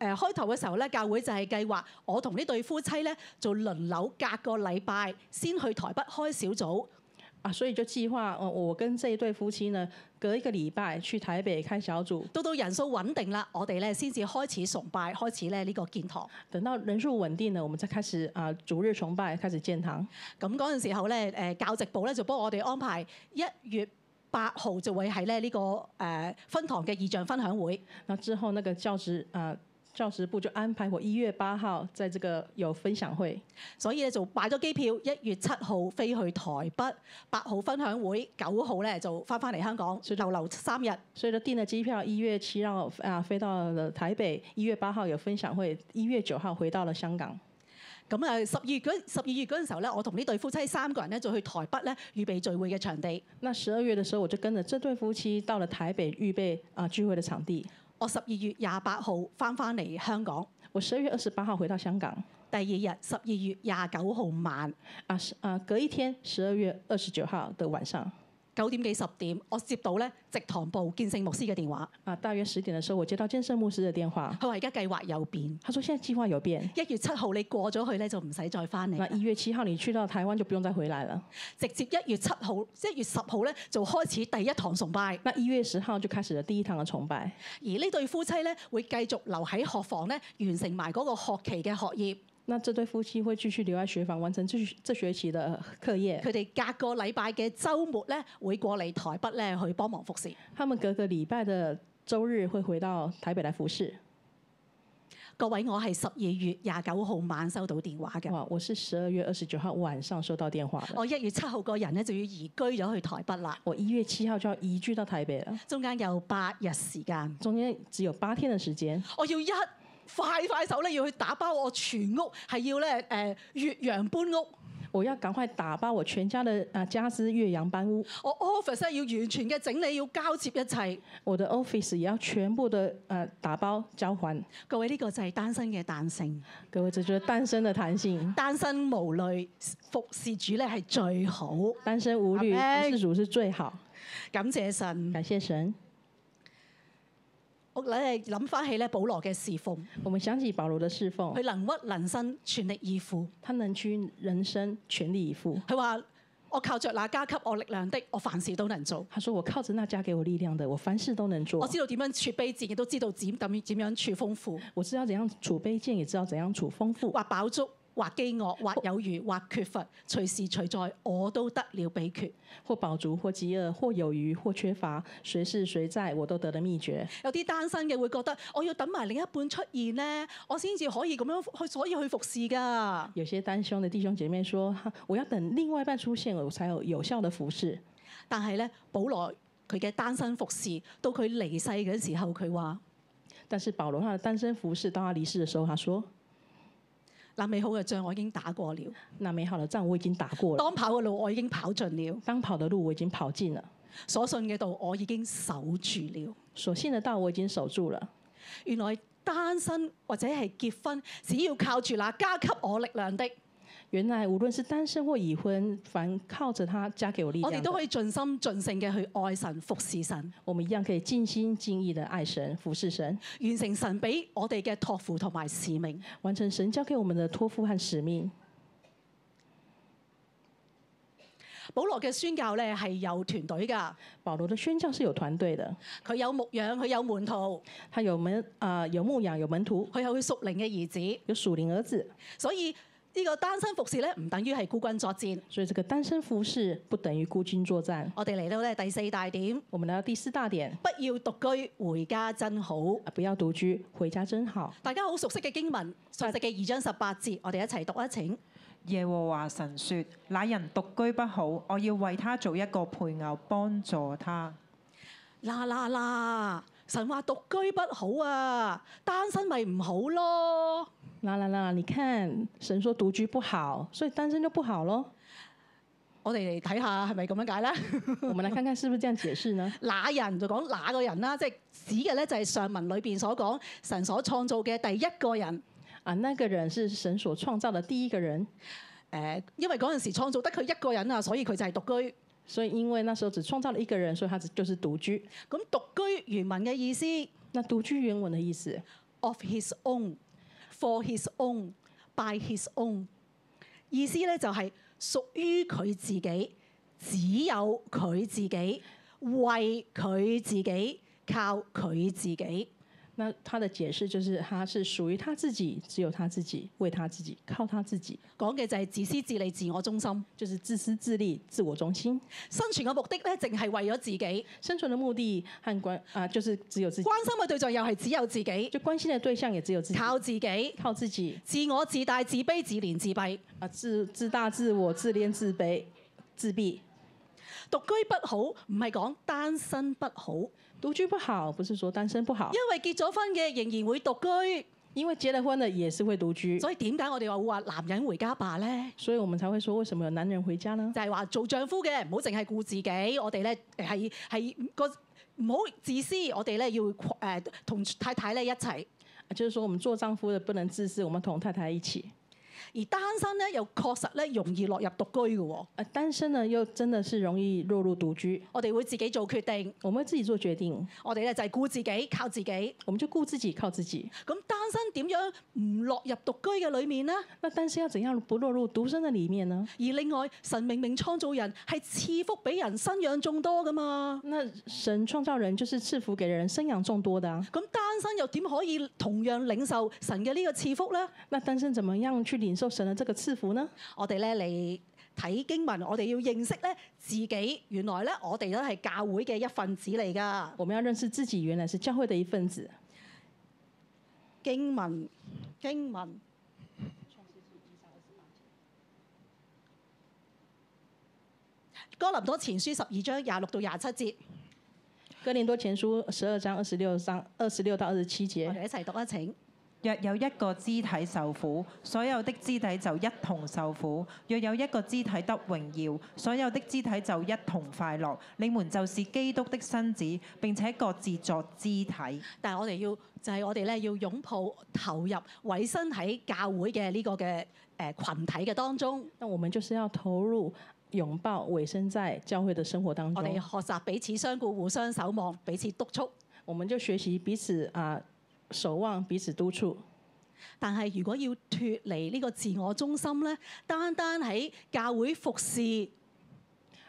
S1: 誒開頭嘅時候咧，教會就係計劃我同呢對夫妻咧就輪流隔個禮拜先去台北開小組，
S2: 啊，所以就计划，呃，我跟这一对夫妻呢，隔一个礼拜去台北开小组，
S1: 到到人數穩定啦，我哋咧先至開始崇拜，開始咧呢個建堂。
S2: 等到人数稳定了，我们再开始啊、逐日崇拜，开始建堂。
S1: 咁嗰陣時候咧，誒教直部咧就幫我哋安排一月八號就會喺咧呢個誒、呃分堂嘅異象分享會。
S2: 那之后那个教职啊、教职部就安排我一月八号在这个有分享会，
S1: 所以咧就買咗機票，一月七號飛去台北，八號分享會，九號咧就翻返嚟香港
S2: 所以
S1: 逗留三日。
S2: 所以就订了机票，一月七号啊、飞到了台北，一月八号有分享会，一月九号回到了香港。
S1: 咁啊，十二月嗰十二月嗰陣時候咧，我同呢對夫妻三個人咧就去台北咧預備聚會嘅場地。
S2: 那十二月的时候，我就跟着这对夫妻到了台北预备啊、聚会的场地。
S1: 我十二月廿八號翻返嚟香港，
S2: 我十二月二十八号回到香港，
S1: 第二日十二月廿九號晚
S2: 啊是啊，隔一天十二月二十九号的晚上，
S1: 九點幾十點，我接到咧直堂部建聖牧師嘅電話，
S2: 啊，大约十点的时候，我接到建设牧师的电话，
S1: 佢話而家計劃有變，
S2: 他说现在计划有变，
S1: 一月七號你過咗去咧就唔使再翻嚟
S2: 那
S1: 啦，
S2: 一月七号你去到台湾就不用再回来了。
S1: 直接一月七號、一月十號咧就開始第一堂崇拜，
S2: 那一月十号就开始了第一堂的崇拜，
S1: 而呢對夫妻咧會繼續留喺學房咧完成埋嗰個學期嘅學業，
S2: 那这对夫妻会继续留在学房完成这学这学期的课业。
S1: 佢哋隔個禮拜嘅週末咧會過嚟台北咧去幫忙服侍。
S2: 他们隔个礼拜的周日会回到台北来服侍。
S1: 各位，我係十二月廿九號晚收到電話嘅。
S2: 哇，我是十二月二十九號晚上收到電話的。
S1: 我一月七號個人咧就要移居咗去台北啦，
S2: 我一月七號就要移居到台北了，
S1: 中間有八日時間，
S2: 中間只有八天的時間，
S1: 我要一快快手咧要去打包我全屋，係要咧誒、呃越洋搬屋，
S2: 我要趕快打包我全家的啊家私岳阳搬屋，
S1: 我 office 咧要完全嘅整理，要交接一切。
S2: 我的 office 也要全部的呃打包交還。
S1: 各位呢、個就係單身嘅彈性，
S2: 各位，這就是單身的彈性，
S1: 單身無慮，服侍主咧係最好。
S2: 單身無慮，
S1: 阿妹
S2: 服侍主是最好。
S1: 感謝神，
S2: 感謝神。
S1: 我咧諗翻起咧保羅嘅侍奉，
S2: 我們想起保羅的侍奉
S1: 佢，能屈能伸，全力以赴。
S2: 他能屈人生，全力以赴。
S1: 佢話：我靠着那加給我力量的，我凡事都能做。
S2: 他說：“我靠着那加給我力量的，我凡事都能做。
S1: 我知道點樣處卑賤，亦都知道點點點樣處豐富，
S2: 我知道怎樣儲備建，也知道怎樣儲豐富。
S1: 或飽足，或飢餓，或有餘，或缺乏，隨時隨在我都得了秘訣。
S2: 或饱足，或饥饿，或有余，或缺乏，谁是谁在，我都得了秘诀。
S1: 有啲單身嘅會覺得，我要等埋另一半出現呢，我先至可以咁樣去，所以去服侍㗎。
S2: 有些单兄的弟兄姐妹说，哈我要等另外一半出现，我才有有效的服侍。
S1: 但係咧，保羅佢嘅單身服侍，到佢離世嘅時候，佢話：
S2: 但是保罗他的单身服侍，到他离世的时候，他说：
S1: 那美好嘅仗我已經打過了，
S2: 那美好的仗我已经打过了，
S1: 當跑嘅路我已經跑盡了，
S2: 当跑的路我已经跑尽了，
S1: 所信嘅道我已經守住了。
S2: 所信的道我已经守住了。
S1: 原來單身或者係結婚，只要靠住那加給我力量的，
S2: 原来无论是单身或已婚，凡靠着他加给我力
S1: 我哋
S2: 量的
S1: 哦都，可以盡心盡性嘅去愛神、服侍神，
S2: 我们一样可以尽心尽意的爱神、服侍神，
S1: 完成神俾我哋嘅托付同埋使命。
S2: 完成神交给我们的托付和使命。
S1: 保羅嘅宣教咧係有團隊㗎，
S2: 保罗的宣教是有团队的，
S1: 佢有牧養，佢有門徒，
S2: 他有门啊、有牧羊，有门徒，
S1: 佢有佢屬靈嘅兒子，
S2: 有属灵儿子，
S1: 所以。呢個單身服侍咧，唔等於係孤軍作戰。
S2: 所以这个单身服侍不等于孤军作战。
S1: 我哋嚟到咧第四大點，
S2: 我们来到第四大点
S1: 不要獨居，回家真好。
S2: 啊，不要独居，回家真好。
S1: 大家好熟悉嘅經文，上世嘅二章十八節，我哋一啊齊讀一請。
S3: 耶和華神說：那人獨居不好，我要為他做一個配偶，幫助他。
S1: 啦啦啦！神話獨居不好啊，單身咪唔好咯。
S2: 啦啦啦，你看，神说独居不好，所以单身就不好咯。
S1: 我哋嚟睇下係咪咁樣解咧？
S2: 我们来看看是不是这样解释呢？
S1: 那人就講那個人啦，即係指嘅咧就係上文裏邊所講神所創造嘅第一個人。
S2: 啊，那个人是神所创造的第一个人，
S1: 誒、呃因為嗰陣時創造得佢一個人啊，所以佢就係獨居。
S2: 所以因为那时候只创造了一个人，所以他只就是独居。
S1: 咁獨居原文嘅意思
S2: 那独居原文的意思，
S1: of his own, for his own, by his own，意思咧就係屬於佢自己，只有佢自己，為佢自己，靠佢自己。
S2: 那他的解释就是，他是属于他自己，只有他自己，为他自己，靠他自己，
S1: 講嘅就係自私自利、自我中心，
S2: 就是自私自利、自我中心。
S1: 生存嘅目的咧，淨係為咗自己，關
S2: 生存的目的和关啊、就是只有自己，
S1: 心嘅對象又係只有自己，
S2: 就关心的对象也只有自己，
S1: 靠自己，
S2: 靠自己
S1: 自我自大、自卑、自憐、自閉。
S2: 啊，自自大、自我、自恋、自卑、自闭。
S1: 獨居不好，唔係講單身不好，因
S2: 独居不好，不是说单身不好，
S1: 為結咗婚嘅仍然會獨居。
S2: 因为结了婚的也是会独居，
S1: 所以點解我哋話會話男人回家吧呢？
S2: 所以我们才会说，为什么有男人回家呢？
S1: 就係話做丈夫嘅唔好淨係顧自己，我哋咧係係個唔好自私，我哋咧要誒同太太咧一齊。
S2: 啊就是说，我们做丈夫的不能自私，我们同太太一起。
S1: 而單身咧又確實咧容易落入獨居嘅喎。
S2: 呃，單身呢又真的是容易落入獨居，
S1: 我哋會自己做決定，
S2: 我們會自己做決定，
S1: 我哋咧就係顧自己，靠自己。咁
S2: 我們就顧自己，靠自己。
S1: 單身點樣唔落入獨居嘅裏面呢？
S2: 那單身要怎樣不落入獨身的裡面呢？
S1: 而另外，神明明創造人係賜福俾人，生養眾多噶嘛。
S2: 那神創造人就是賜福給人，生養眾多的啊。
S1: 咁單身又點可以同樣領受神嘅呢個賜福呢？
S2: 那單身怎麼樣去領受神的這個賜福呢？
S1: 我哋咧嚟睇經文，我哋要認識咧自己，原來咧我哋都係教會嘅一份子嚟噶。
S2: 我們要認識自己原來是教會的一份子。
S1: 經文經文哥林多前書十二章廿六到廿七節，
S2: 哥林多前書十二章二十六章二十六到二十七
S1: 我
S2: 節。
S1: 哋一啊齊讀一請。
S3: 若有一個肢體受苦，所有的肢體就一同受苦；若有一個肢體得榮耀，所有的肢體就一同快樂。你們就是基督的身子，並且各自作肢體。
S1: 但係我哋要就係、我哋咧要擁抱投入委身喺教會嘅呢個嘅誒羣體嘅當中，
S2: 那我們就是要投入擁抱委身在教會的生活當
S1: 我哋
S2: 中，
S1: 學習彼此相顧、互相守望、彼此督促。
S2: 我們就學習彼此啊守望，彼此督促。
S1: 但係如果要脱離呢個自我中心咧，單單喺教會服侍，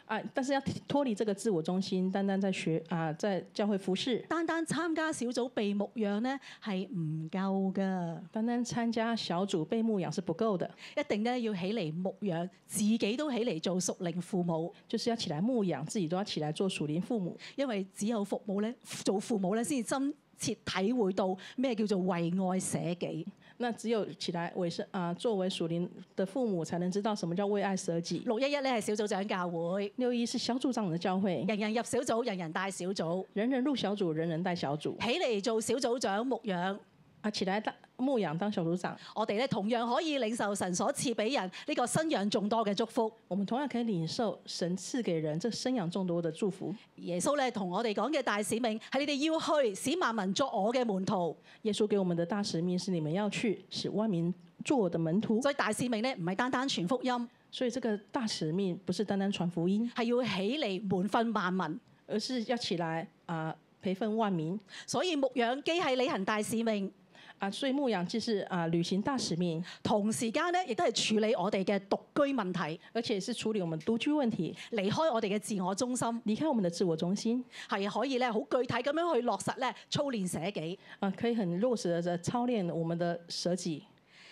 S2: 啊！但是要脫離這個自我中心，單單在學啊，在教會服侍，
S1: 單單參加小組被牧養咧係唔夠㗎，
S2: 單單參加小組被牧養是不夠的，
S1: 一定咧要起嚟牧養，自己都起嚟做屬靈父母，
S2: 就是要起來牧養，自己都要起來做屬靈父母，
S1: 因為只有服務咧，做父母咧先至真切體會到咩叫做為愛捨己。
S2: 那只有起來委身啊，作為屬靈的父母，才能知道什麼叫為愛舍己。
S1: 六一一咧係小組長教會，
S2: 六一是小組長的教會，
S1: 人人入小組，人人帶小組，
S2: 人人入小組，人人帶小組
S1: 起嚟做小組長牧養。
S2: 啊，起來當牧養當小組長，
S1: 我哋咧同樣可以領受神所賜俾人呢個生養眾多嘅祝福。
S2: 我們同樣可以領受神賜給人這生養众多的祝福。
S1: 耶穌咧同我哋講嘅大使命係你哋要去使萬民作我嘅門徒，
S2: 耶穌給我們的大使命是你們要去使万民做我的門徒，
S1: 所以大使命咧唔係單單傳福音，
S2: 所以这个大使命不是单單傳福音，
S1: 係要起嚟門訓萬民。
S2: 而是要起來啊、培訓万民
S1: 所以牧養既係履行大使命，
S2: 啊、所以牧養既是啊、履行大使命，
S1: 同時間咧亦都係處理我哋嘅獨居問題，
S2: 而且是處理我們獨居問題，
S1: 離開我哋嘅自我中心，
S2: 離開我們的自我中心
S1: 係可以咧好具體咁樣去落實咧操練捨己。
S2: 啊、可以很落實的操練我們的舍己。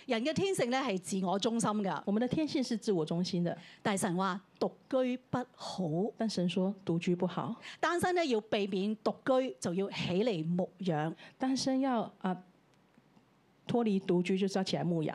S1: 人嘅天性咧係自我中心㗎，
S2: 我們的天性是自我中心的，
S1: 但係神話獨居不好，
S2: 但神說獨居不好，
S1: 單身咧要避免獨居，就要起嚟牧養。
S2: 單身要啊、脫離獨居就是要起來牧養。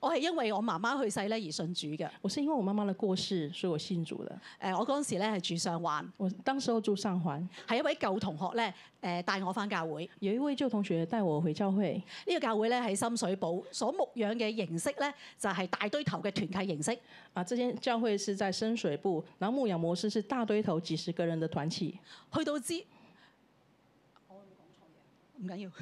S1: 我係因為我媽媽去世咧而信主嘅。誒、
S2: 我是因為我媽媽的過世，所以我信主的。
S1: 我嗰陣時咧係住上環，
S2: 我當時候住上環，
S1: 係一位舊同學咧誒、帶我返教會。呢、
S2: 有一位舊同學帶我回教會。
S1: 個教會咧喺深水埗，所牧養嘅形式咧就係、大堆頭嘅團契形式。
S2: 啊，這間教會是在深水埗，然後牧養模式是大堆頭幾十個人的團契。
S1: 去到之，我有冇講錯嘢？唔緊要。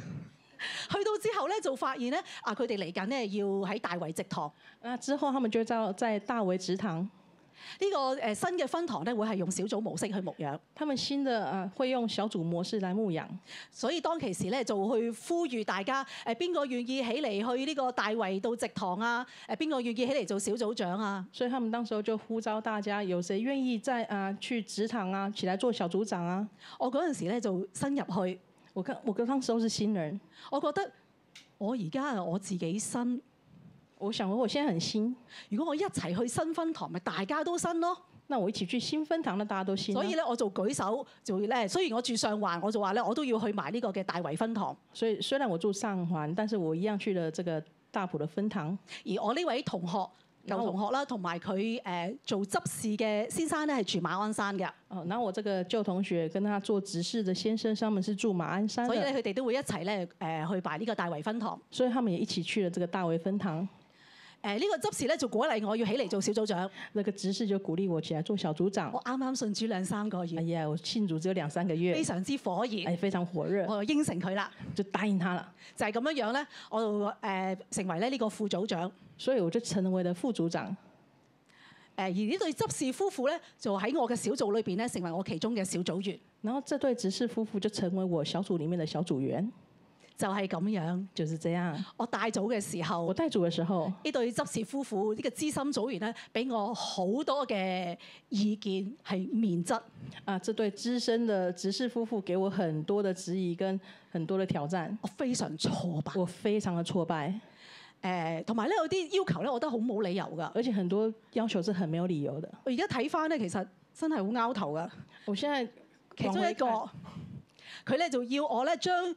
S1: 去到之後咧就發現咧啊，佢哋嚟緊咧要喺大圍直堂。
S2: 那之後，他們就在在大圍植堂，
S1: 呢個誒新嘅分堂咧，會係用小組模式去牧養，
S2: 他們新的啊會用小組模式來牧養，
S1: 所以當其時咧就去呼籲大家呃誒邊個願意起嚟去呢個大圍到直堂啊？誒邊個願意起嚟做小組長啊？
S2: 所以他們當時候就呼召大家，有誰願意在啊去植堂啊起來做小組長啊？
S1: 我嗰陣時咧就新入去，
S2: 我剛我剛當時候是新人，
S1: 我覺得我而家係我自己新，
S2: 我想我現在很新，
S1: 如果我一齊去新分堂，咪大家都新咯。
S2: 那我一起去新分堂，那大家都新啊、
S1: 所以咧我就舉手，就咧雖然我住上環，我就話咧我都要去埋呢個嘅大圍分堂。
S2: 所以雖然我住上環，但是我一樣去了這個大埔的分堂。
S1: 而我呢位同學舊同學啦，同埋佢誒做執事嘅先生咧係住馬鞍山嘅。
S2: 哦，然後我這個舊同學跟他做執事的先生，他們是住馬鞍山
S1: 所以
S2: 的，
S1: 咧，佢哋都會一齊咧誒去拜呢個大圍分堂。
S2: 所以他們也一起去了這個大圍分堂。
S1: 誒、呢、個執事咧就鼓勵我要起嚟做小組長。
S2: 那個執事就鼓勵我起來做小組長
S1: 我。啱啱信主兩三個
S2: 哎
S1: 月，
S2: 呀，我信主只有兩三個月
S1: 非，常哦之火熱，
S2: 哎，非常火熱，
S1: 我就應承佢啦。
S2: 就答應他了。
S1: 呃就係、咁樣樣咧，我就誒、成為咧呢個副組長。
S2: 所以我就成为了副组长。
S1: 誒呃而呢對執事夫婦咧，就喺我嘅小組裏邊咧，成為我其中嘅小組員，
S2: 然后这对执事夫妇就成为我小组里面的小组员，
S1: 就係、咁樣。
S2: 就是这样。
S1: 我帶組嘅時候
S2: 我，带组的时候，
S1: 呢對執事夫婦呢、個資深組員咧，俾我好多嘅意見係面質。
S2: 啊，这对资深的执事夫妇给我很多的质疑跟很多的挑战，
S1: 我非常挫敗。
S2: 我非常的挫败，
S1: 誒，同埋咧有啲要求咧，我覺得好冇理由㗎。
S2: 而且很多要求是很没有理由的。
S1: 我而家睇翻咧，其實真係好拗頭㗎。
S2: 我现在
S1: 其中一個
S2: 往回看
S1: 佢咧就要我咧將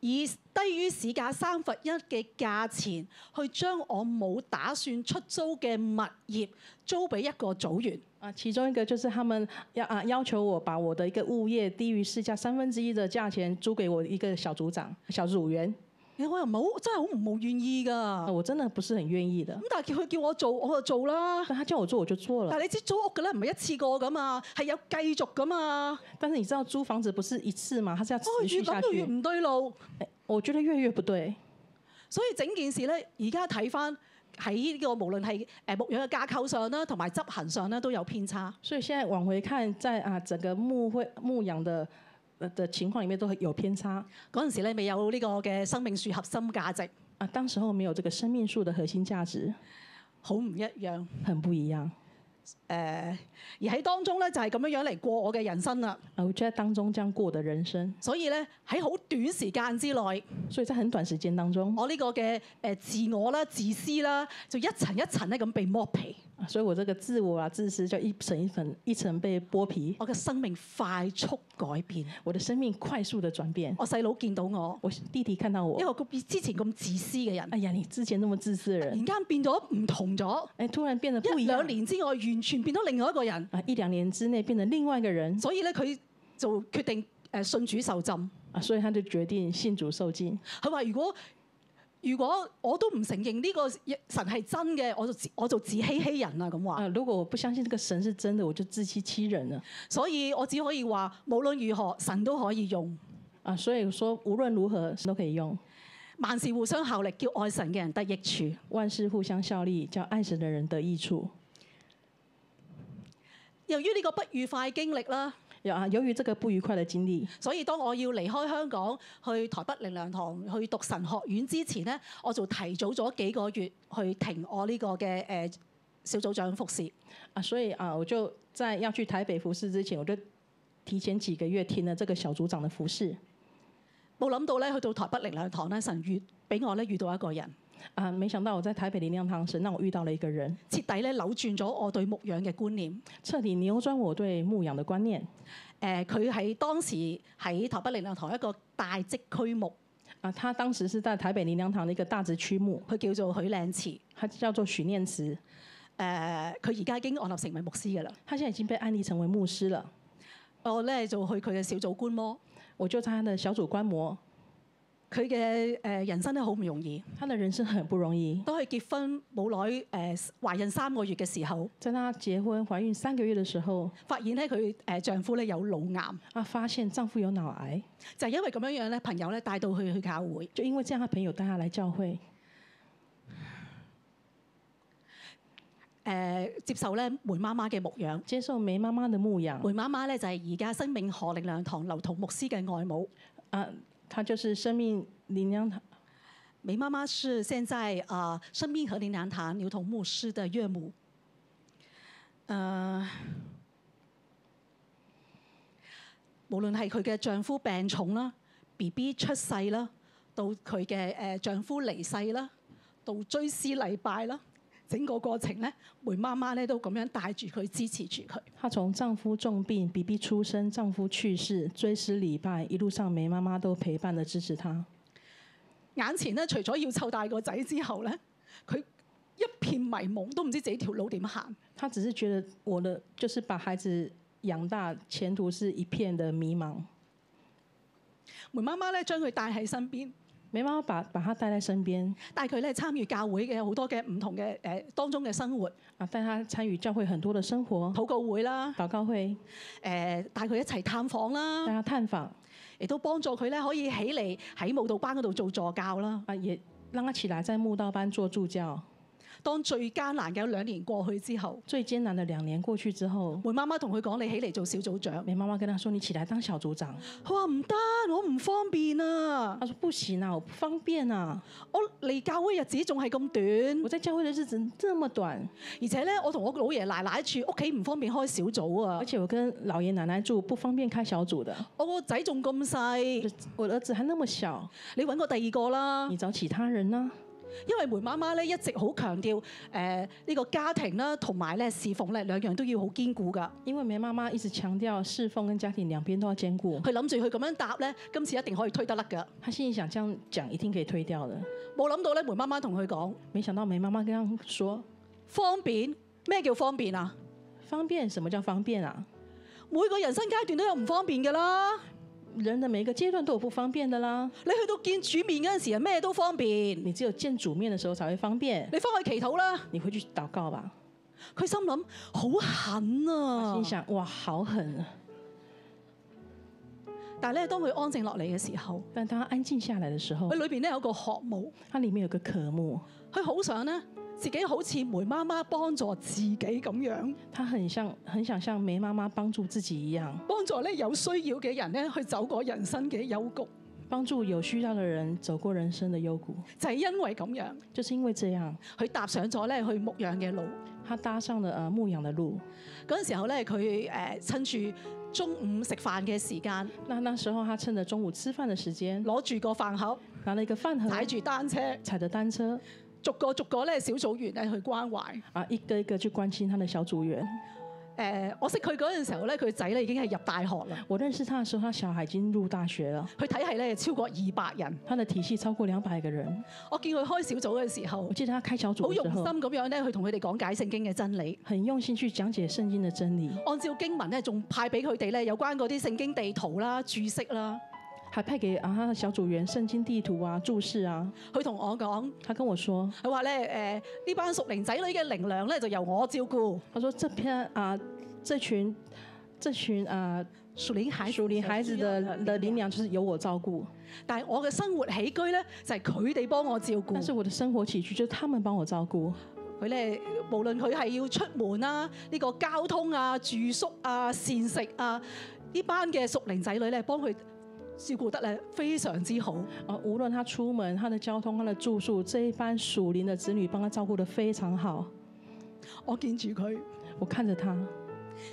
S1: 以低於市價三分一嘅價錢去將我冇打算出租嘅物業租俾一個組員。
S2: 啊，其中一个就是他们要啊要求我把我的一个物业低于市价三分之一的价钱租给我一个小组长、小组员，
S1: 其實我又唔係好真係好冇願意
S2: 啊，
S1: 㗎。
S2: 我真的不是很愿意的
S1: 咁。但係叫佢叫我做，我就做啦。
S2: 但他叫我做我就做
S1: 但係
S2: 了，
S1: 你知租屋嘅咧唔係一次過㗎嘛，係有繼續㗎嘛。
S2: 但是你知道租房子不是一次嘛，它是要持
S1: 哦，越
S2: 续
S1: 諗
S2: 下
S1: 到越
S2: 去。
S1: 唔對路。
S2: 我觉得越来越不对，
S1: 所以整件事咧，而家睇翻喺呢個無論係誒牧養嘅架構上啦，同埋執行上咧都有偏差。
S2: 所以现在往回看，在啊整个牧会牧羊的呃的情况里面都有偏差
S1: 嗰陣時咧未有呢個嘅生命樹核心價值，
S2: 啊。当时候没有这个生命树的核心价值，
S1: 好唔一樣。誒、
S2: 很不一样
S1: 而喺當中咧就係咁樣樣嚟過我嘅人生啦。
S2: 啊。我就在当中这样过的人生，
S1: 所以咧喺好短時間之內，
S2: 所以在很短时间当中，
S1: 我呢個嘅誒自我啦、自私啦，就一層一層咧咁被剝皮，
S2: 啊所以我这个自我啊自私就一层一层一层被剥皮，
S1: 我嘅生命快速改變。
S2: 我的生命快速的转变。
S1: 我細佬見到我
S2: 我弟弟看到
S1: 一
S2: 我，
S1: 個咁之前咁自私嘅人，
S2: 哎呀，你之前那么自私的
S1: 突
S2: 人，
S1: 然間變咗唔同咗。
S2: 哎，突然变得不
S1: 一
S2: 一样
S1: 兩。年之外，完全變到另外一個人。
S2: 啊，一两年之内变成另外一个人
S1: 所以咧，佢就決定誒信主受浸。
S2: 啊，所以他就决定信主受浸。
S1: 佢話：如果如果我都唔承認呢個神係真嘅，我就自我就自欺欺人啦咁話。
S2: 啊，如果我不相信这个神是真的，我就自欺欺人了
S1: 所以我只可以話，無論如何，神都可以用。
S2: 啊。所以说，无论如何神都可以用，
S1: 萬事互相效力，叫愛神嘅人得益處。
S2: 万事互相效力，叫爱神的人得益处。
S1: 由於呢個不愉快經歷啦，
S2: 有啊，由于这个不愉快的经历，
S1: 所以當我要離開香港去台北靈糧堂去讀神學院之前呢，我就提早咗幾個月去停我呢個嘅誒、呃小組長服侍。
S2: 啊，所以啊，我就在要去台北服侍之前，我就提前几个月听了这个小组长的服侍
S1: 冇諗到咧，去到台北力量堂咧，神遇俾我咧遇到一個人，
S2: 啊。没想到我在台北灵粮堂神让我遇到了一个人，
S1: 徹底咧扭轉咗我對牧養嘅觀念。誒、
S2: 彻底扭转我对牧养的观念
S1: 呃佢喺當時喺台北力量堂一個大職區牧，
S2: 啊。他当时是在台北灵粮堂的一个大直区牧，
S1: 佢叫做許靚慈。誒、
S2: 他叫做许念慈。
S1: 呃佢而家已經按立成為牧師㗎啦。
S2: 他现在已经被安利成为牧师了，
S1: 我咧就去佢嘅小組觀摩，
S2: 我就在他的小组观摩，
S1: 佢嘅誒人生咧好唔容易。
S2: 他的人生很不容易。
S1: 當佢結婚冇耐誒懷孕三個月嘅時候，
S2: 在她结婚怀孕三个月的时候，
S1: 發現咧佢誒丈夫咧有腦癌，
S2: 她发现丈夫有脑癌，
S1: 就係因為咁樣樣咧，朋友咧帶到佢去教會。
S2: 就因为这样，她朋友带她来教会，
S1: 誒、呃接受咧梅媽媽嘅牧養。
S2: 接受梅妈妈的牧养
S1: 梅媽媽咧就係而家生命何力量堂劉同牧師嘅外母。
S2: 啊，她就是生命领养她
S1: 梅媽媽是現在啊、呃生命和力量堂劉同牧師的岳母。呃，無論係佢嘅丈夫病重啦、B B 出世啦，到佢嘅誒丈夫離世啦，到追思禮拜啦，整個過程咧，梅媽媽咧都咁樣帶住佢支持住佢。
S2: 她从丈夫重病、B B 出生、丈夫去世、追思礼拜，一路上梅妈妈都陪伴的支持她。
S1: 眼前咧，除咗要湊大個仔之後咧，佢一片迷蒙，都唔知自己條路點行。
S2: 她只是觉得我的就是把孩子养大，前途是一片的迷茫。
S1: 梅媽媽咧將佢帶喺身邊，
S2: 梅妈妈把把她带在身边，
S1: 帶佢咧參與教會嘅好多嘅唔同嘅誒、呃、當中嘅生活，
S2: 啊，带他参与教会很多的生活、
S1: 禱告會啦，
S2: 祷告会，
S1: 誒、呃、帶佢一齊探訪
S2: 带
S1: 啦，
S2: 他探访
S1: 亦都幫助佢咧可以起嚟喺舞蹈班嗰度做助教啦。
S2: 啊，也让他起来在慕道班做助教。
S1: 當最艱難嘅兩年過去之後，
S2: 最艰难的兩年過去之後，
S1: 梅媽媽同佢講：你起嚟做小組長。
S2: 梅媽媽跟他說：“你起來當小組長。
S1: 佢話唔得，我唔方便啊！
S2: 他說：“不行啊，我不方便啊，
S1: 我嚟教會日子仲係咁短
S2: 我，在教會的日子這麼短，
S1: 而且咧，我同我老爺奶奶住屋企唔方便開小組啊
S2: 而。且我跟老爺奶奶住，不方便開小組的。
S1: 我個仔仲咁細，
S2: 我兒子還那麼小，
S1: 你揾個第二個啦。
S2: 你找其他人呢、
S1: 因為梅媽媽咧一直好強調誒呢個家庭啦，同埋咧侍奉咧兩樣都要好堅固噶。
S2: 因為梅媽媽一直強調侍奉跟家庭兩邊都要兼顧。
S1: 佢諗住佢咁樣答咧，今次一定可以推得甩㗎。
S2: 她心裡想這樣講一定可以推掉的，
S1: 冇諗到咧，梅媽媽同佢講
S2: 沒想到梅媽媽跟他說：
S1: 方便，咩叫方便啊？
S2: 方便？什麼叫方便啊？
S1: 每個人生階段都有唔方便㗎啦。
S2: 人的每一個階段都有不方便的啦，
S1: 你去到見主面嗰陣時啊，咩都方便。
S2: 你只有見主面的時候才會方便。
S1: 你翻去祈禱啦。
S2: 你回去禱告吧。
S1: 佢心諗好狠
S2: 她
S1: 啊
S2: 心！想：哇，好狠啊！
S1: 但係咧，當佢安靜落嚟嘅時候，
S2: 但當他安靜下來的時候
S1: 佢，裏邊咧有個渴慕，
S2: 它裡面有個渴慕，
S1: 佢好想咧自己好似梅媽媽幫助自己咁樣，
S2: 他很像很想像梅媽媽幫助自己一樣，
S1: 幫助咧有需要嘅人咧去走過人生嘅幽谷，
S2: 幫助有需要的人走過人生的幽谷。
S1: 就係、因為咁樣，
S2: 就是因為這樣，
S1: 佢踏上咗咧去牧養嘅路。
S2: 他搭上了呃牧羊的路。
S1: 嗰陣時候咧，佢誒趁住中午食飯嘅時間，
S2: 那那時候他趁着中午吃飯的時間，
S1: 攞住個飯盒，
S2: 拿了一個飯盒，
S1: 踩住單車，
S2: 踩着單車
S1: 逐個逐個咧小組員咧去關懷。
S2: 啊，一個一個去關心他的小組員。
S1: 誒、呃我識佢嗰陣時候咧，佢仔咧已經係入大學啦，
S2: 我認識他的時候，他小孩已經入大學了，
S1: 佢體系咧超過二百人。
S2: 他的體系超過兩百個人。
S1: 我見佢開小組嘅時候
S2: 我，記得他開小組
S1: 好
S2: 的
S1: 用
S2: 時
S1: 心
S2: 候，
S1: 咁樣咧去同佢哋講解聖經嘅真理。
S2: 很用心去講解聖經的真理，
S1: 按照經文咧，仲派俾佢哋咧有關嗰啲聖經地圖啦、注釋啦。
S2: 還派給啊他的小組員聖經地圖啊、注釋啊。
S1: 佢同我講，
S2: 他跟我說，
S1: 佢話咧誒呢班屬靈仔女嘅靈糧咧就由我照顧。
S2: 他說這篇啊，這群這群啊
S1: 屬靈孩
S2: 屬靈孩子啊的的領養就是由我照顧，
S1: 但係我嘅生活起居咧就係佢哋幫我照
S2: 但是
S1: 顧。
S2: 我的生活起居就是他們幫我照顧。
S1: 佢咧無論佢係要出門啊、呢個交通啊、住宿啊、膳食啊，呢班嘅屬靈仔女咧幫佢照顧得咧非常之好。
S2: 啊，無論他出門、他的交通、他的住宿，這一班屬靈的子女幫他照顧得非常好。
S1: 我見住佢
S2: 我看着他，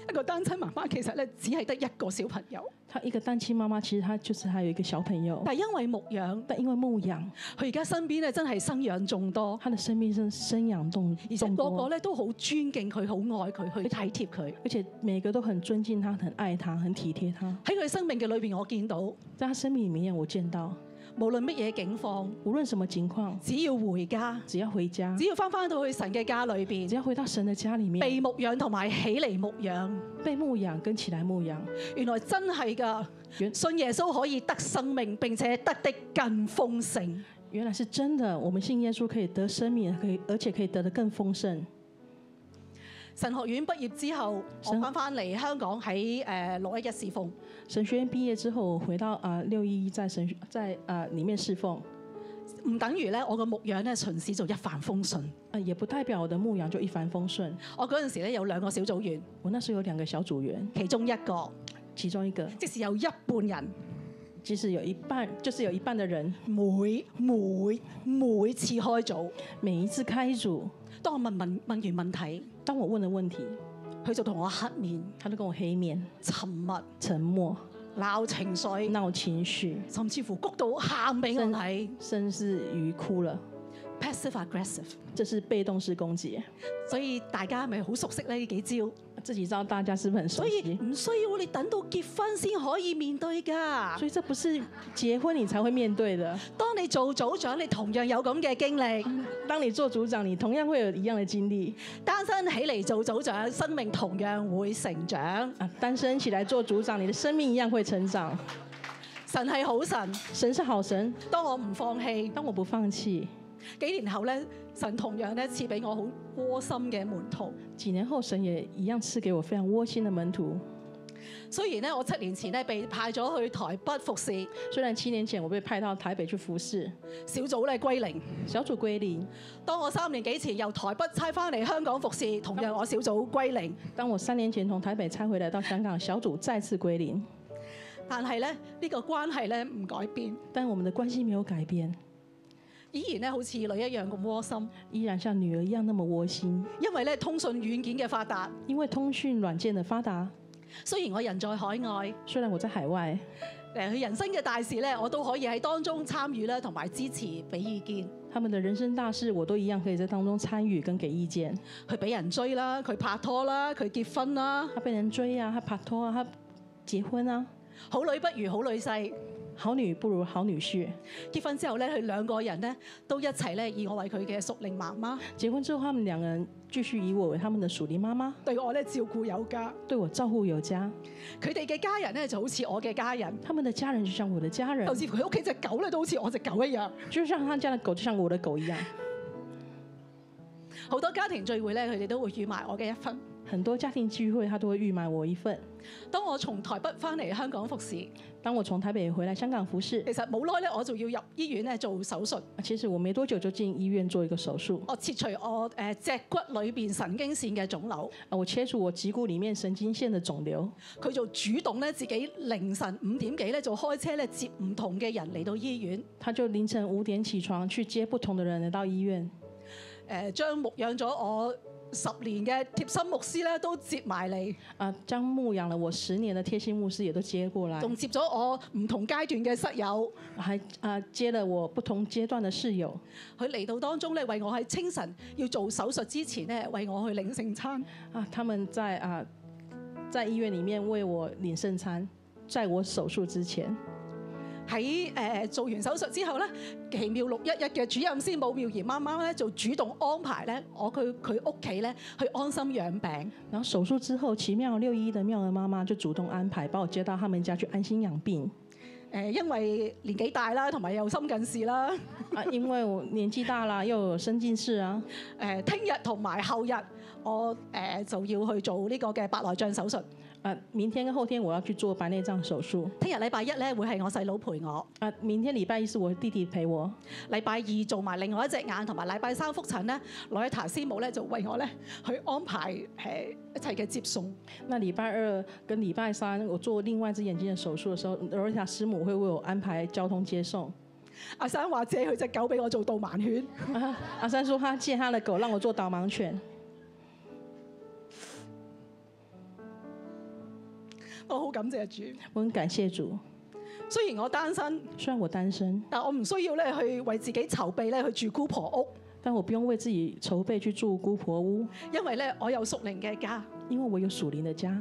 S1: 一個單親媽媽，其實咧只係得一個小朋友，
S2: 他一個單親媽媽，其實他就是還有一個小朋友，
S1: 但係因為牧養，
S2: 但因為牧養，
S1: 佢而家身邊咧真係生養眾多，
S2: 他的生命是生養動
S1: 而且
S2: 眾
S1: 個個
S2: 多，
S1: 咧都好尊敬佢、好愛佢、去體貼佢。
S2: 而且每個都很尊敬他、很愛他、很體貼他。
S1: 喺佢生命嘅裏邊，我見到無
S2: 在他生命裡面，我見到，
S1: 論乜嘢境況，
S2: 無論什麼情況，
S1: 只要回家，
S2: 只要回家，
S1: 只要翻翻到去神嘅家裏邊
S2: 只，要回到神的家裡面，
S1: 被牧養同埋起嚟牧養，
S2: 被牧養跟起來牧養，
S1: 原來真係噶。
S2: 原
S1: 信耶穌可以得生命，並且得的更豐盛。
S2: 原來是真的。我們信耶穌可以得生命，可以而且可以得得更豐盛。
S1: 神學院畢業之後，我
S2: 神
S1: 翻翻嚟香港喺誒六一一侍奉。
S2: 神學院畢業之後，我回到啊六一一在神學在啊、呃、裡面侍奉，
S1: 唔等於咧，我個牧養咧巡視就一帆風順。
S2: 啊也不代表我的牧羊就一帆風順。
S1: 我嗰陣時咧有兩個小組員，
S2: 我那時候有兩個小組員，
S1: 其中一個
S2: 其中一個
S1: 即使有一半人
S2: 即使有一半就是有一半的人，
S1: 每每每次開組，
S2: 每一次開組，
S1: 當我問問問完問題，
S2: 當我問了問題，
S1: 佢就同我黑面、
S2: 他都跟我黑面、
S1: 沉默、
S2: 沉默、
S1: 鬧情緒，
S2: 鬧情緒，
S1: 甚至乎谷到喊俾我睇
S2: 甚至於哭了。
S1: ，passive aggressive。
S2: 這是被動式攻擊，
S1: 所以大家咪好熟悉呢呢幾招，
S2: 自己知道大家是不是很熟
S1: 所以
S2: 悉？
S1: 唔需要你等到結婚先可以面對㗎
S2: 所。以這不是結婚你才會面對的。
S1: 當你做組長，你同樣有咁嘅經歷。
S2: 當你做組長，你同樣會有一樣的經歷。
S1: 單身起嚟做組長，生命同樣會成長。
S2: 啊，单身起來做組長，你的生命一樣會成長。
S1: 神係好神，
S2: 神是好神，
S1: 當我唔放棄，
S2: 當我不放棄，
S1: 幾年後咧，神同樣咧賜俾我好窩心嘅門徒。
S2: 幾年後神也一樣賜給我非常窩心的門徒。
S1: 雖然咧我七年前咧被派咗去台北服侍，
S2: 虽然七年前我被派到台北去服侍，
S1: 小組咧歸零。
S2: 小組歸零。
S1: 當我三年幾前由台北差翻嚟香港服侍，同樣我小組歸零。
S2: 當我三年前從台北拆回來到香港，小組再次歸零，
S1: 但係咧呢、呢個關係咧唔改變，
S2: 但我們的關係沒有改變，
S1: 依然咧好似女一樣咁窩心。
S2: 依然像女兒一樣那麼窩心。
S1: 因為咧通訊軟件嘅發達，
S2: 因為通訊軟件的發達，
S1: 雖然我人在海外，
S2: 雖然我在海外，
S1: 誒佢人生嘅大事咧，我都可以喺當中參與啦，同埋支持俾意見。
S2: 他們的人生大事我都一樣可以在當中參與跟給意見。
S1: 佢俾人追啦，佢拍拖啦，佢結婚啦，
S2: 他被人追啊，他拍拖啊，他結婚啊，
S1: 好女不如好女婿。
S2: 好女不如好女婿。
S1: 結婚之後咧，佢兩個人咧都一齊咧，以我為佢嘅屬靈媽媽，
S2: 結婚之後，他們兩個人繼續以我為他們的屬靈媽媽，
S1: 對我咧照顧有加。
S2: 對我照顧有加。
S1: 佢哋嘅家人咧就好似我嘅家人，
S2: 他們的家人就像我的家人
S1: 甚，至乎佢屋企只狗咧都好似我只狗一樣。
S2: 就像他家的狗就像我的狗一樣。
S1: 好多家庭聚會咧，佢哋都會預埋我嘅一份。
S2: 很多家庭聚會他都會預買我一份。
S1: 當我從台北翻嚟香港服侍，其
S2: 當我從台北回來香港服侍，
S1: 實冇耐咧我就要入醫院咧做手術，
S2: 其實我沒多久就進醫院做一個手術，
S1: 我切除我誒脊骨裏邊神經線嘅腫瘤。
S2: 啊，我切除我脊骨裡面神經線的腫瘤。
S1: 佢就主動咧自己凌晨五點幾咧就開車咧接唔同嘅人嚟到醫院，誒、
S2: 他就凌晨五點起床去接不同的人來到醫院，
S1: 將牧養咗我十年嘅貼心牧師咧都接埋嚟，
S2: 啊，將牧養了我十年的貼心牧師也都接過來，
S1: 仲接咗我唔同階段嘅室友，
S2: 還啊接了我不同階段的室友，
S1: 佢嚟到當中咧為我喺清晨要做手術之前咧為我去領聖餐，
S2: 啊，他們在啊在醫院裡面為我領聖餐，在我手術之前，
S1: 喺誒、呃做完手術之後咧，奇妙六一一嘅主任師母妙賢媽媽咧就主動安排咧我佢佢屋企咧去安心養病。
S2: 然後手術之後，奇妙六一的妙兒媽媽就主動安排把我接到他們家去安心養病。
S1: 誒，因為年紀大啦，同埋又深近視啦。
S2: 啊，因為我年紀大啦，又有生近視啊，
S1: 誒，聽日同埋後日，我誒就要去做呢個嘅白內障手術。
S2: 啊，明天跟後天我要去做白內障手術，
S1: 聽日禮拜一咧會係我細佬陪我，
S2: 啊，明天禮拜一是我弟弟陪我，
S1: 禮拜二做埋另外一隻眼，同埋禮拜三覆診咧，羅一塔師母咧就為我咧去安排誒一切嘅接送。
S2: 那禮拜二跟禮拜三我做另外一隻眼睛的手術的時候，羅瑞塔師母會為我安排交通接送。
S1: 阿生話借佢隻狗俾我做導盲犬，
S2: 啊阿三說他借他的狗讓我做導盲犬，
S1: 我好感謝主。
S2: 我很感謝主。
S1: 雖然我單身，
S2: 雖然我單身，
S1: 但我唔需要咧去為自己籌備咧去住姑婆屋，
S2: 但我不用為自己籌備去住姑婆屋，
S1: 因為咧我有熟齡嘅家，
S2: 因為我有屬靈的家。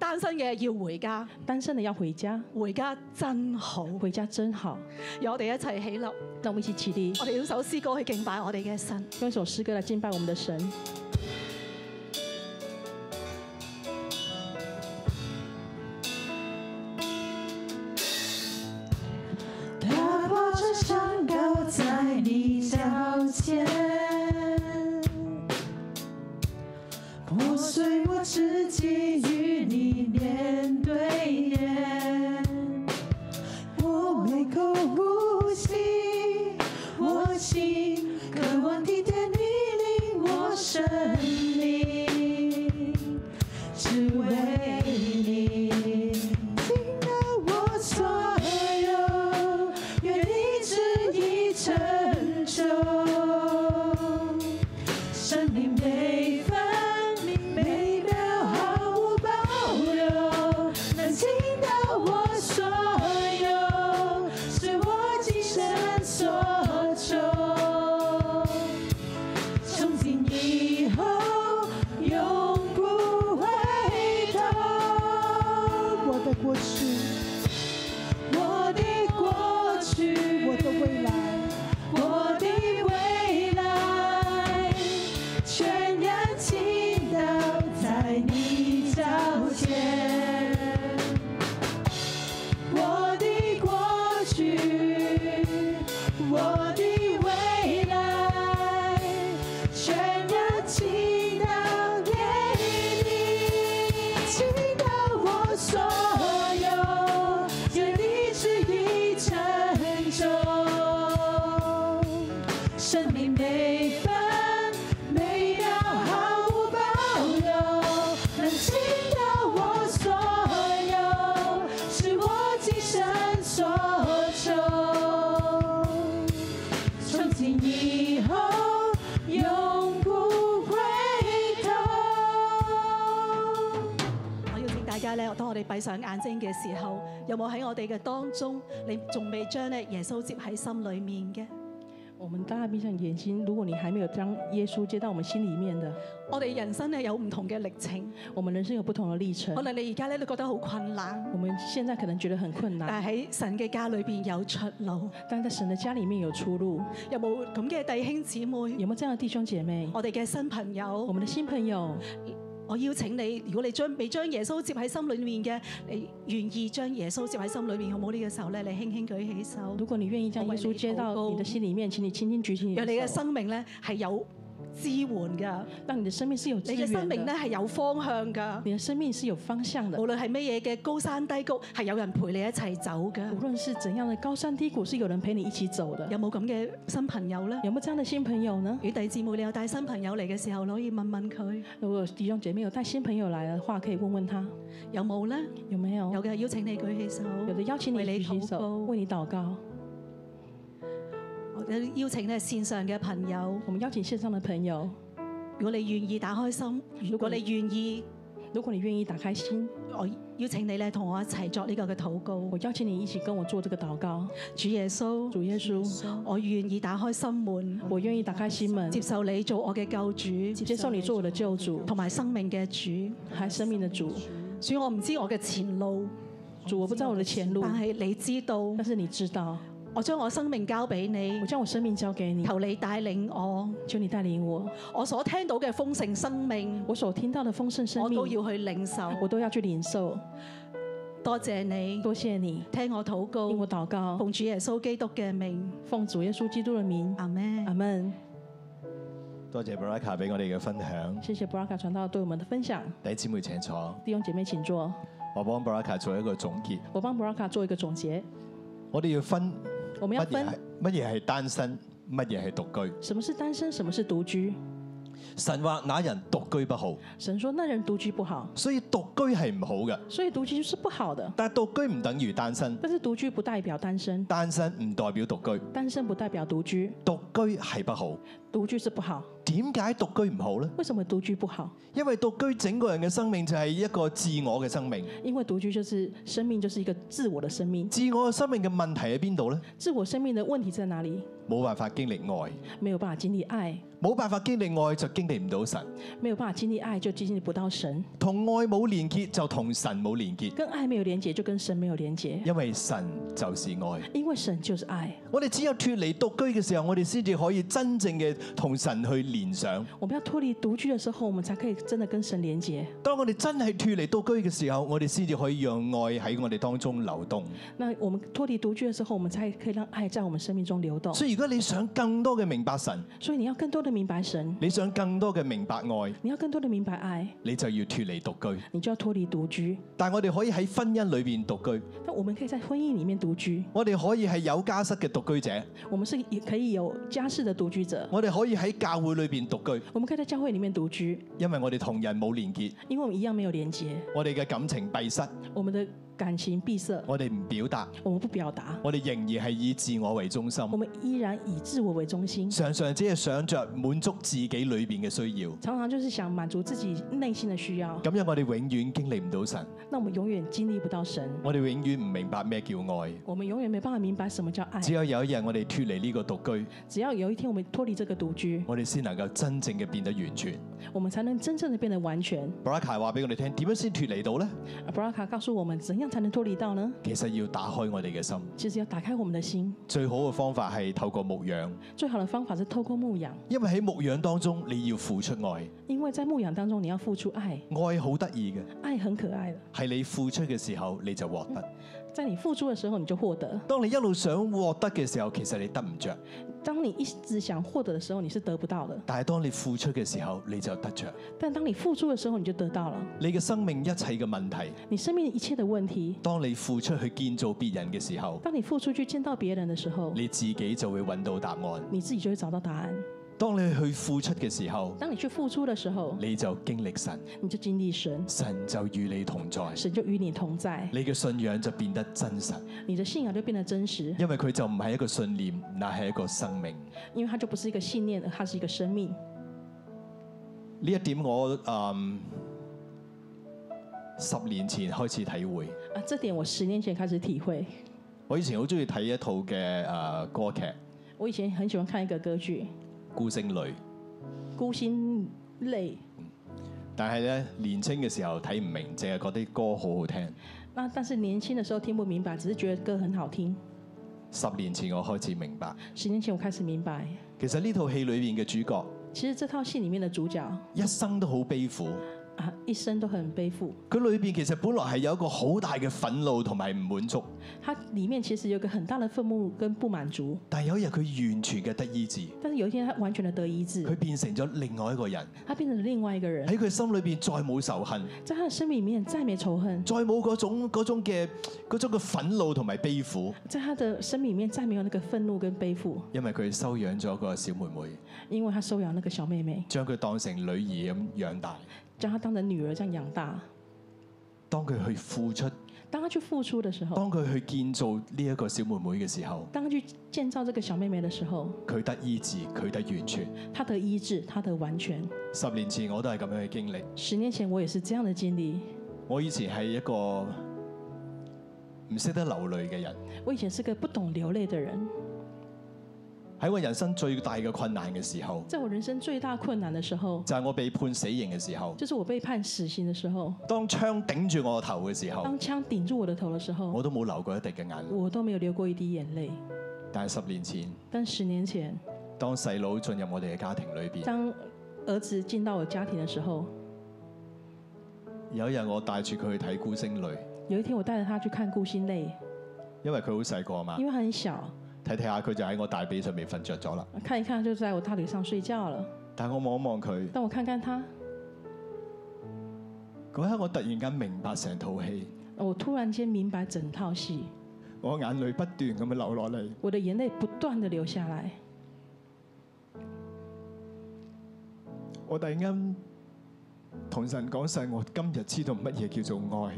S1: 單身嘅要回家。
S2: 單身的要回家，
S1: 回家真好，
S2: 回家真好。
S1: 由我哋一齊起立，
S2: 讓我們一起起立，
S1: 我哋用首詩歌去敬拜我哋嘅神。
S2: 用一首詩歌來敬拜我們的神。
S4: 踏破这山高，在你脚前，破碎我自己，与你面对面。我每口呼吸，我心渴望地点，你领我生命，只为你。听到我所有，愿你旨意成就。生命每分每秒毫无保留，能倾到我所有，是我今生所求。从今以后，永不回头。我的过去，我的过去，我的未来，我的未来，全然
S1: 咧，當我哋閉上眼睛嘅時候，有冇喺我哋嘅當中，你仲未將咧耶穌接喺心裏面嘅？
S2: 我们大家闭上眼睛，如果你还没有将耶稣接到我们心里面的，
S1: 我哋人生咧有唔同嘅歷程，
S2: 我们人生有不同的历程
S1: 可。能你而家咧都覺得好困難，
S2: 我们现在可能觉得很困难，
S1: 但係喺神嘅家裏邊有出路。
S2: 但在神的家里面有出路。
S1: 有冇咁嘅弟兄姊妹？
S2: 有没有这样的弟兄姐妹？
S1: 我哋嘅新朋
S2: 我
S1: 友，
S2: 们的新朋友，
S1: 我邀請你，如果你將未將耶穌接喺心裏面嘅，你願意將耶穌接喺心裏面，好冇？呢個時候咧，你輕輕舉起手，
S2: 如果你愿意将耶稣接到你的心里面，请你轻轻举起你
S1: 哦讓你嘅
S2: 的手，
S1: 生命咧係有支援㗎，
S2: 让你的生命是有
S1: 你
S2: 资
S1: 嘅生
S2: 源啊
S1: 命咧
S2: 的，
S1: 係有方向㗎。
S2: 你的生命是有方向的。
S1: 無論係乜嘢嘅高山低谷，係有人陪你一齊走
S2: 无
S1: 㗎。
S2: 论是怎样的高山低谷，是有人陪你一起走的。
S1: 有冇咁嘅新朋友呢？
S2: 有没有这样的新朋友呢？
S1: 如弟姊妹，你有帶新朋友嚟嘅時候，你可以問問佢
S2: 如果弟兄姐妹有带新朋友来的话，可以问问他
S1: 有冇呢？
S2: 有没有。
S1: 有嘅，邀請你舉起手。
S2: 哦有的邀请你
S1: 為你
S2: 举起
S1: 禱
S2: 手
S1: 告，
S2: 为你祷告。
S1: 有邀請咧線上嘅朋友，
S2: 我们邀请线上的朋友，
S1: 如果你願意打開心，如果你願意，
S2: 如果你愿意打开心，
S1: 我邀請你咧同我一齊作呢個嘅禱告
S2: 我。邀请你一起跟我做这个祷告。
S1: 主耶穌，
S2: 主耶稣，
S1: 我願意打開心門，
S2: 我愿意打开心门
S1: 接，受你做我嘅救主，
S2: 接受你做我的救主，
S1: 同埋生命嘅主。
S2: 还生命的主。
S1: 主，我唔知我嘅前路，
S2: 主，我不知道我的前路，
S1: 但係你知道
S2: 但，是你知道，
S1: 我將我生命交俾你
S2: 我。将我生命交给你，
S1: 求你帶領我，
S2: 求你带领我。
S1: 我所聽到嘅豐盛生命，
S2: 我所听到的丰盛生
S1: 我
S2: 命
S1: 都，要去領受。
S2: 我都要去领受。
S1: 多謝你，
S2: 多谢你，
S1: 聽我禱
S2: 听
S1: 告
S2: 我，祷告，
S1: 奉主耶穌基督嘅名，
S2: 奉主耶稣基督的名，
S1: 阿咩
S2: 阿？门。
S5: 多謝 Baraka 俾我哋嘅分享，
S2: 谢谢 Braca 传道对我们的分享，
S5: 弟兄姊妹請坐，
S2: 弟兄姐妹请坐。
S5: 我幫 Baraka 做一個總結。
S2: 我帮 Braca 做一个总结，
S5: 我哋要分
S2: 我们要
S5: 乜嘢
S2: 分
S5: 係乜嘢係單身，乜嘢係獨居。
S2: 什么是单身，什么是独居。
S5: 神話那人獨居不好，
S2: 神说那人独居不好，
S5: 所以獨居係唔好嘅。
S2: 所以独居是不好的。
S5: 但係獨居唔等於單身，
S2: 但是独居不代表单身，
S5: 單身唔代表獨居，
S2: 单身不代表独居，
S5: 獨居係不好。
S2: 独居是不好。
S5: 點解獨居唔好呢？
S2: 为什么独居不好？
S5: 因為獨居整個人嘅生命就係一個自我嘅生命，
S2: 因为独居就是生命，就是一个自我的生命。
S5: 自我嘅生命嘅問題喺邊度呢？
S2: 自我生命的问题在哪里？
S5: 冇辦法經歷愛，
S2: 没有办法经历爱，
S5: 冇辦法經歷愛就經歷唔到神，
S2: 没有办法经历爱，就经历不到神。
S5: 同愛冇連結就同神冇連結。
S2: 跟愛没有连结，就跟神没有连结，
S5: 因為神就是愛，
S2: 因为神就是愛。
S5: 我哋只有脱離獨居嘅時候，我哋先至可以真正嘅同神去連想。
S2: 我们要脱离独居的时候，我们才可以真的跟神连结。
S5: 當我哋真係脱離獨居嘅時候，我哋先至可以讓愛喺我哋當中流動。
S2: 那我们脱离独居的时候，我们才可以让爱在我们生命中流动。
S5: 所以如果你想更多嘅明白神，
S2: 所以你要更多的明白神，
S5: 你想更多嘅明白愛，
S2: 你要更多的明白爱，
S5: 你就要脱離獨居。
S2: 你就要脱离独居。
S5: 但我哋可以喺婚姻裏邊獨居，
S2: 那我们可以在婚姻里面独居，
S5: 我哋可以係有家室嘅獨居者，
S2: 我们是也可以有家室的独居者，
S5: 我哋可以喺教會裏邊獨居，
S2: 我们可以在教会里面独居，
S5: 因為我哋同人冇連結，
S2: 因为我们一样没有连结，
S5: 我哋嘅感情閉塞，
S2: 我们的感情闭塞，
S5: 我哋唔表達，
S2: 我们不表达，
S5: 我哋仍然係以自我為中心
S2: 我。们依然以自我为中心，
S5: 常常只係想着滿足自己裏邊嘅需要，
S2: 常常就是想满足自己内心的需要。
S5: 咁樣我哋永遠經歷唔到神，
S2: 那我们永远经历不到神，
S5: 我哋永遠唔明白咩叫愛。
S2: 我们永远没办法明白什么叫爱
S5: 只。有有一日我哋脱離呢個獨居，
S2: 只要有一天我们脱离这个独居，
S5: 我哋先能夠真正嘅變得完全。
S2: 我们才能真正的变得完全。
S5: 布拉卡話俾我哋聽，點樣先脱離到呢？
S2: 布拉卡告诉我們，怎样才能脱离到呢？
S5: 其實要打開我哋嘅心，
S2: 其实要打开我们的心，
S5: 最好嘅方法係透過牧養，
S2: 最好的方法是透过牧养，
S5: 因為喺牧養當中你要付出愛，
S2: 因为在牧养当中你要付出爱，
S5: 愛好得意嘅，
S2: 爱很可爱的，
S5: 係你付出嘅時候你就獲得。
S2: 在你付出的时候你就获得，
S5: 當你一路想獲得嘅時候，其實你得唔着；
S2: 当你一直想获得的时候你是得不到的，
S5: 但係當你付出嘅時候，你就得着。
S2: 但当你付出的时候你就得到了。
S5: 你嘅生命一切嘅問題。
S2: 你生命一切的问题，
S5: 當你付出去建造別人嘅時候，
S2: 当你付出去见到别人的时候，
S5: 你自己就會揾到答案。
S2: 你自己就会找到答案。
S5: 當你去付出嘅時候，
S2: 当你去付出的时候，
S5: 你就經歷神，
S2: 你就经历神，
S5: 神就與你同在，
S2: 神就与你同在，
S5: 你嘅信仰就變得真實，
S2: 你的信仰就变得真实，
S5: 因為佢就唔係一個信念，乃係一個生命。
S2: 因为它就不是一个信念，而它是一个生命。
S5: 呢一點我嗯十年前開始體會。
S2: 啊，这点我十年前開始體會。
S5: 我以前好中意睇一套嘅誒、呃歌劇《
S2: 我以前很喜歡看一個歌劇
S5: 孤星淚》，
S2: 《孤星淚》，
S5: 但係咧年青嘅時候睇唔明，淨係覺得啲歌好好聽。
S2: 那但是年輕的時候聽不明白，只是覺得歌很好聽。
S5: 十年前我開始明白，
S2: 十年前我開始明白，
S5: 其實呢套戲裏面嘅主角
S2: 其實這套戲裡面的主角啊，
S5: 一生都好悲苦。
S2: 一生都很背負。
S5: 佢裏邊其實本來係有一個好大嘅憤怒同埋唔滿足，
S2: 它裡面其實有個很大的憤怒跟不滿足，
S5: 但係有一日佢完全嘅得醫治，
S2: 但是有一天他完全的得醫治
S5: 佢，變成咗另外一個人。
S2: 他變成了另外一個人，
S5: 喺佢心裏邊再冇仇恨，
S2: 在他的生命裡面再沒仇恨，
S5: 再冇嗰種嗰種嘅嗰種嘅憤怒同埋悲苦，
S2: 在他的生命裡面再沒有那個憤怒跟背負，
S5: 因為佢收養咗個小妹妹，
S2: 因為他收養那個小妹妹，
S5: 將佢當成女兒咁養大。
S2: 將她當成女兒這樣養大。
S5: 當佢去付出，
S2: 當他去付出的時候，
S5: 當佢去建造呢一個小妹妹嘅時候，
S2: 當他去建造這個小妹妹的時候，
S5: 佢得醫治，佢得完全。
S2: 他得醫治，他得完全。
S5: 十年前我都係咁樣嘅經歷。
S2: 十年前我也是這樣的經歷，
S5: 我以前係一個唔識得流淚嘅人，
S2: 我以前是個不懂流淚的人，
S5: 喺我人生最大嘅困難嘅時候，
S2: 在我人生最大困難的時候，
S5: 就係、我被判死刑嘅時候，
S2: 就是我被判死刑的時候，
S5: 當槍頂住我個頭嘅時候，
S2: 當槍頂住我的頭的時候，
S5: 我都冇流過一滴嘅眼淚。
S2: 我都沒有流過一滴眼淚。
S5: 但係十年前，
S2: 但十年前，
S5: 當細佬進入我哋嘅家庭裏邊，
S2: 當兒子進到我家庭的時候，
S5: 有一日我帶住佢去睇孤星淚，
S2: 有一天我帶着他去看《孤星淚》，
S5: 因為佢好細個嘛
S2: 因，為他很小，
S5: 睇睇下佢就喺我大髀上面瞓着咗啦。
S2: 看一看就在我大腿上睡覺了。
S5: 但我望一望佢，
S2: 但我看看他，
S5: 嗰刻我突然間明白成套戲，
S2: 我突然間明白整套戲，
S5: 我眼淚不斷咁樣流落嚟。
S2: 我的眼淚不斷的流下來。
S5: 我突然間同神講晒，我今日知道乜嘢叫做愛。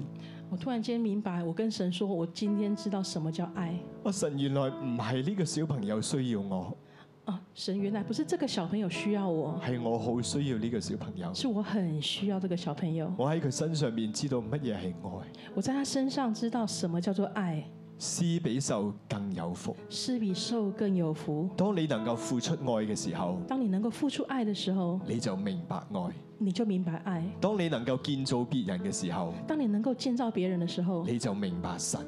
S2: 我突然間明白，我跟神說，我今天知道什麼叫愛
S5: 我神原來唔係呢個小朋友需要我，
S2: 啊！神原來不是這個小朋友需要我，
S5: 係我好需要呢個小朋友。
S2: 是我很需要這個小朋友。
S5: 我喺佢身上面知道乜嘢係愛，
S2: 我在他身上知道什麼叫做愛，
S5: 施比受更有福。
S2: 施比受更有福。
S5: 當你能夠付出愛嘅時候，
S2: 當你能夠付出愛的時候，
S5: 你就明白愛；
S2: 你就明白愛；
S5: 當你能夠建造別人嘅時候，
S2: 當你能夠建造別人的時候，
S5: 你就明白神。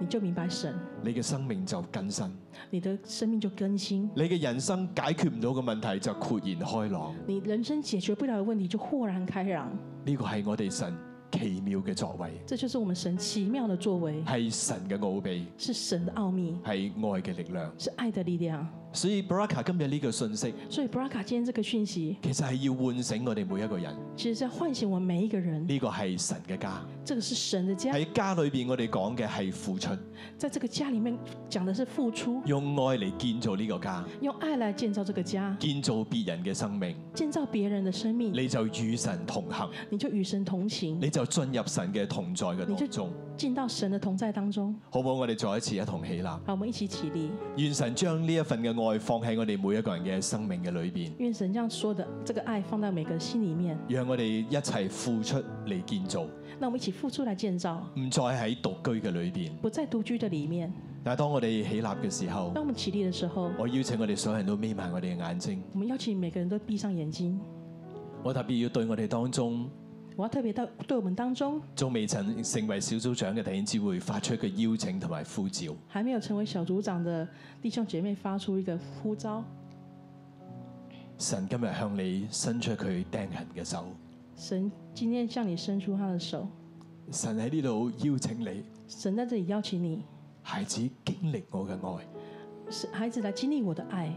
S2: 你就明白神，
S5: 你嘅生命就更新，
S2: 你的生命就更新，
S5: 你嘅人生解決唔到嘅問題就豁然開朗。
S2: 你人生解決不了的問題就豁然開朗。
S5: 呢個係我哋神奇妙嘅作為，
S2: 這就是我們神奇妙的作為，
S5: 係神嘅奧秘，
S2: 是神的奧秘，
S5: 係愛嘅力量。
S2: 是愛的力量。
S5: 所以 Baraka 今日呢個信息，
S2: 所以布拉卡今天這個訊息，
S5: 其實係要喚醒我哋每一個人。
S2: 其實是要喚醒我們每一個人，
S5: 呢個係神嘅家，
S2: 这个是神的家，
S5: 喺家裏邊我哋講嘅係付出，
S2: 在這個家裡面講的是付出，
S5: 用愛嚟建造呢個家，
S2: 用愛來建造這個家，
S5: 建造別人嘅生命，
S2: 建造別人的生命，
S5: 你就與神同行，
S2: 你就與神同行，
S5: 你就進入神嘅同在嘅當中，
S2: 進到神的同在當中。
S5: 好唔好？我哋再一次一同起立，
S2: 好，我們一起起立，
S5: 願神將呢一份嘅愛放喺我哋每一個人嘅生命嘅裏邊，
S2: 願神將所有的這個愛放到每個人心裡面，
S5: 讓我哋一齊付出嚟建造，
S2: 那我們一起付出來建造，
S5: 唔再喺獨居嘅裏邊。
S2: 不在獨居的裡面。
S5: 但係當我哋起立嘅時候
S2: 當，我們起立的時候，
S5: 我邀請我哋所有人都眯埋我哋嘅眼睛，
S2: 我們邀請每個人都閉上眼睛。
S5: 我特別要對我哋當中。
S2: 我要特別到對我們當中
S5: 仲未曾成為小組長嘅弟兄姊妹發出一個邀請同埋呼召，
S2: 還沒有成為小組長的弟兄姐妹發出一個呼召，
S5: 神今日向你伸出佢釘痕嘅手，
S2: 神今天向你伸出他的手，
S5: 神喺呢度邀請你，
S2: 神在這裡邀請你，
S5: 孩子經歷我嘅愛，
S2: 是孩子來經歷我的愛，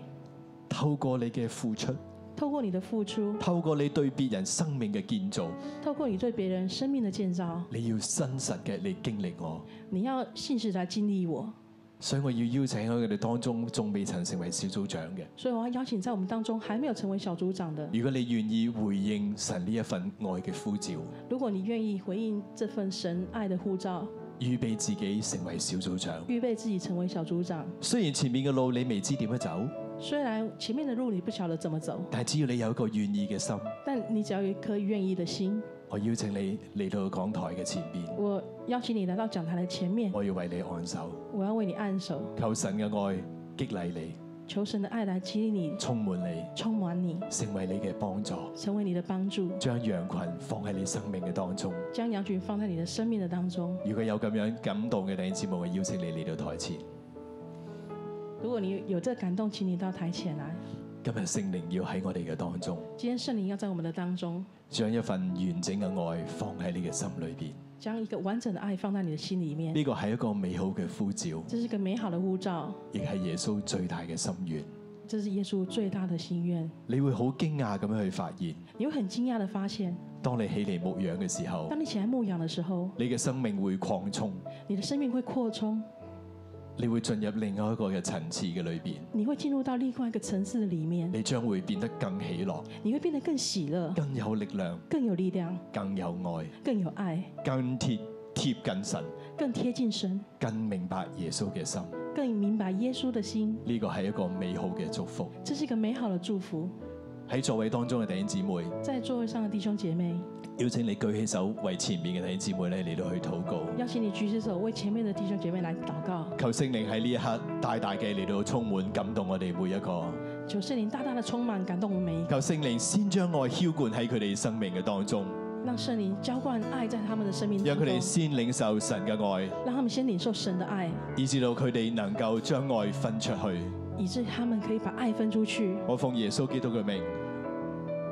S5: 透過你嘅付出，
S2: 透過你的付出，
S5: 透過你對別人生命嘅建造，
S2: 透過你對別人生命的建造，
S5: 你要真實嘅嚟經歷我。
S2: 你要信實來經歷我。
S5: 所以我要邀請喺佢哋當中仲未曾成為小組長嘅，
S2: 所以我要邀請在我們當中還沒有成為小組長的，
S5: 如果你願意回應神呢一份愛嘅呼召，
S2: 如果你願意回應這份神愛的呼召，
S5: 預備自己成為小組長。
S2: 預備自己成為小組長。
S5: 雖然前面嘅路你未知點樣走，
S2: 雖然前面的路你不曉得怎麼走，
S5: 但係只要你有一個願意嘅心。
S2: 但你只要有一顆願意的心，
S5: 我哋一齊起立，我邀請你嚟到講台嘅前邊，
S2: 我邀请你来到讲台的前面，
S5: 我要為你按手，
S2: 我要為你按手，
S5: 求神嘅愛激勵你，
S2: 求神的爱来激励你，
S5: 充滿你，
S2: 充满你，
S5: 成為你嘅幫助，
S2: 成为你的帮助，
S5: 將羊群放喺你生命嘅當中。
S2: 将羊群放在你的生命的当中。
S5: 如果有咁樣感動嘅弟兄姊妹，我邀請你嚟到台前。
S2: 如果你有这感动，请你到台前来。
S5: 今日聖靈要喺我哋嘅當中，
S2: 今天圣灵要在我们的当中，
S5: 將一份完整嘅愛放喺你嘅心裏邊。
S2: 将一个完整的爱放在你的心里面。
S5: 呢個係一個美好嘅呼召，
S2: 这是个美好的护照，
S5: 亦係耶穌最大嘅心願。
S2: 这是耶稣最大的心愿。
S5: 你會好驚訝咁樣去發現，
S2: 你会很惊讶的发现，
S5: 當你起嚟牧養嘅時候
S2: 当，你起来牧养的时候，
S5: 你嘅生命會擴充，
S2: 你的生命会扩充，
S5: 你會進入另外一個嘅層次嘅裏邊，
S2: 你會進入到另外一個層次的里面，
S5: 你將會變得更喜樂、
S2: 你會變得更喜樂、
S5: 更有力量、
S2: 更有力量、
S5: 更有愛、
S2: 更有愛、
S5: 更貼貼近神、
S2: 更貼近神、
S5: 更明白耶穌嘅心。
S2: 更明白耶穌的心。
S5: 呢個係一個美好嘅祝福。
S2: 这是一个美好的祝福。
S5: 喺座位當中嘅弟兄姊妹，
S2: 在座位上的弟兄姐妹，
S5: 邀請你舉起手為前面嘅弟兄姊妹咧嚟到去禱告。
S2: 邀請你舉起手，為前面的弟兄姐妹來禱告，
S5: 求聖靈喺呢一刻大大嘅嚟到充滿感動我哋每一個。
S2: 求聖靈大大的充滿感動我们每一個，
S5: 求聖靈先將愛澆灌喺佢哋生命嘅當中，
S2: 讓聖靈浇灌愛在他們的生命
S5: 讓
S2: 當
S5: 佢
S2: 中，
S5: 哋先領受神嘅愛，
S2: 讓他們先領受神的愛，
S5: 以至到佢哋能夠將愛分出去。
S2: 以致他們可以把愛分出去。
S5: 我奉耶穌基督嘅名，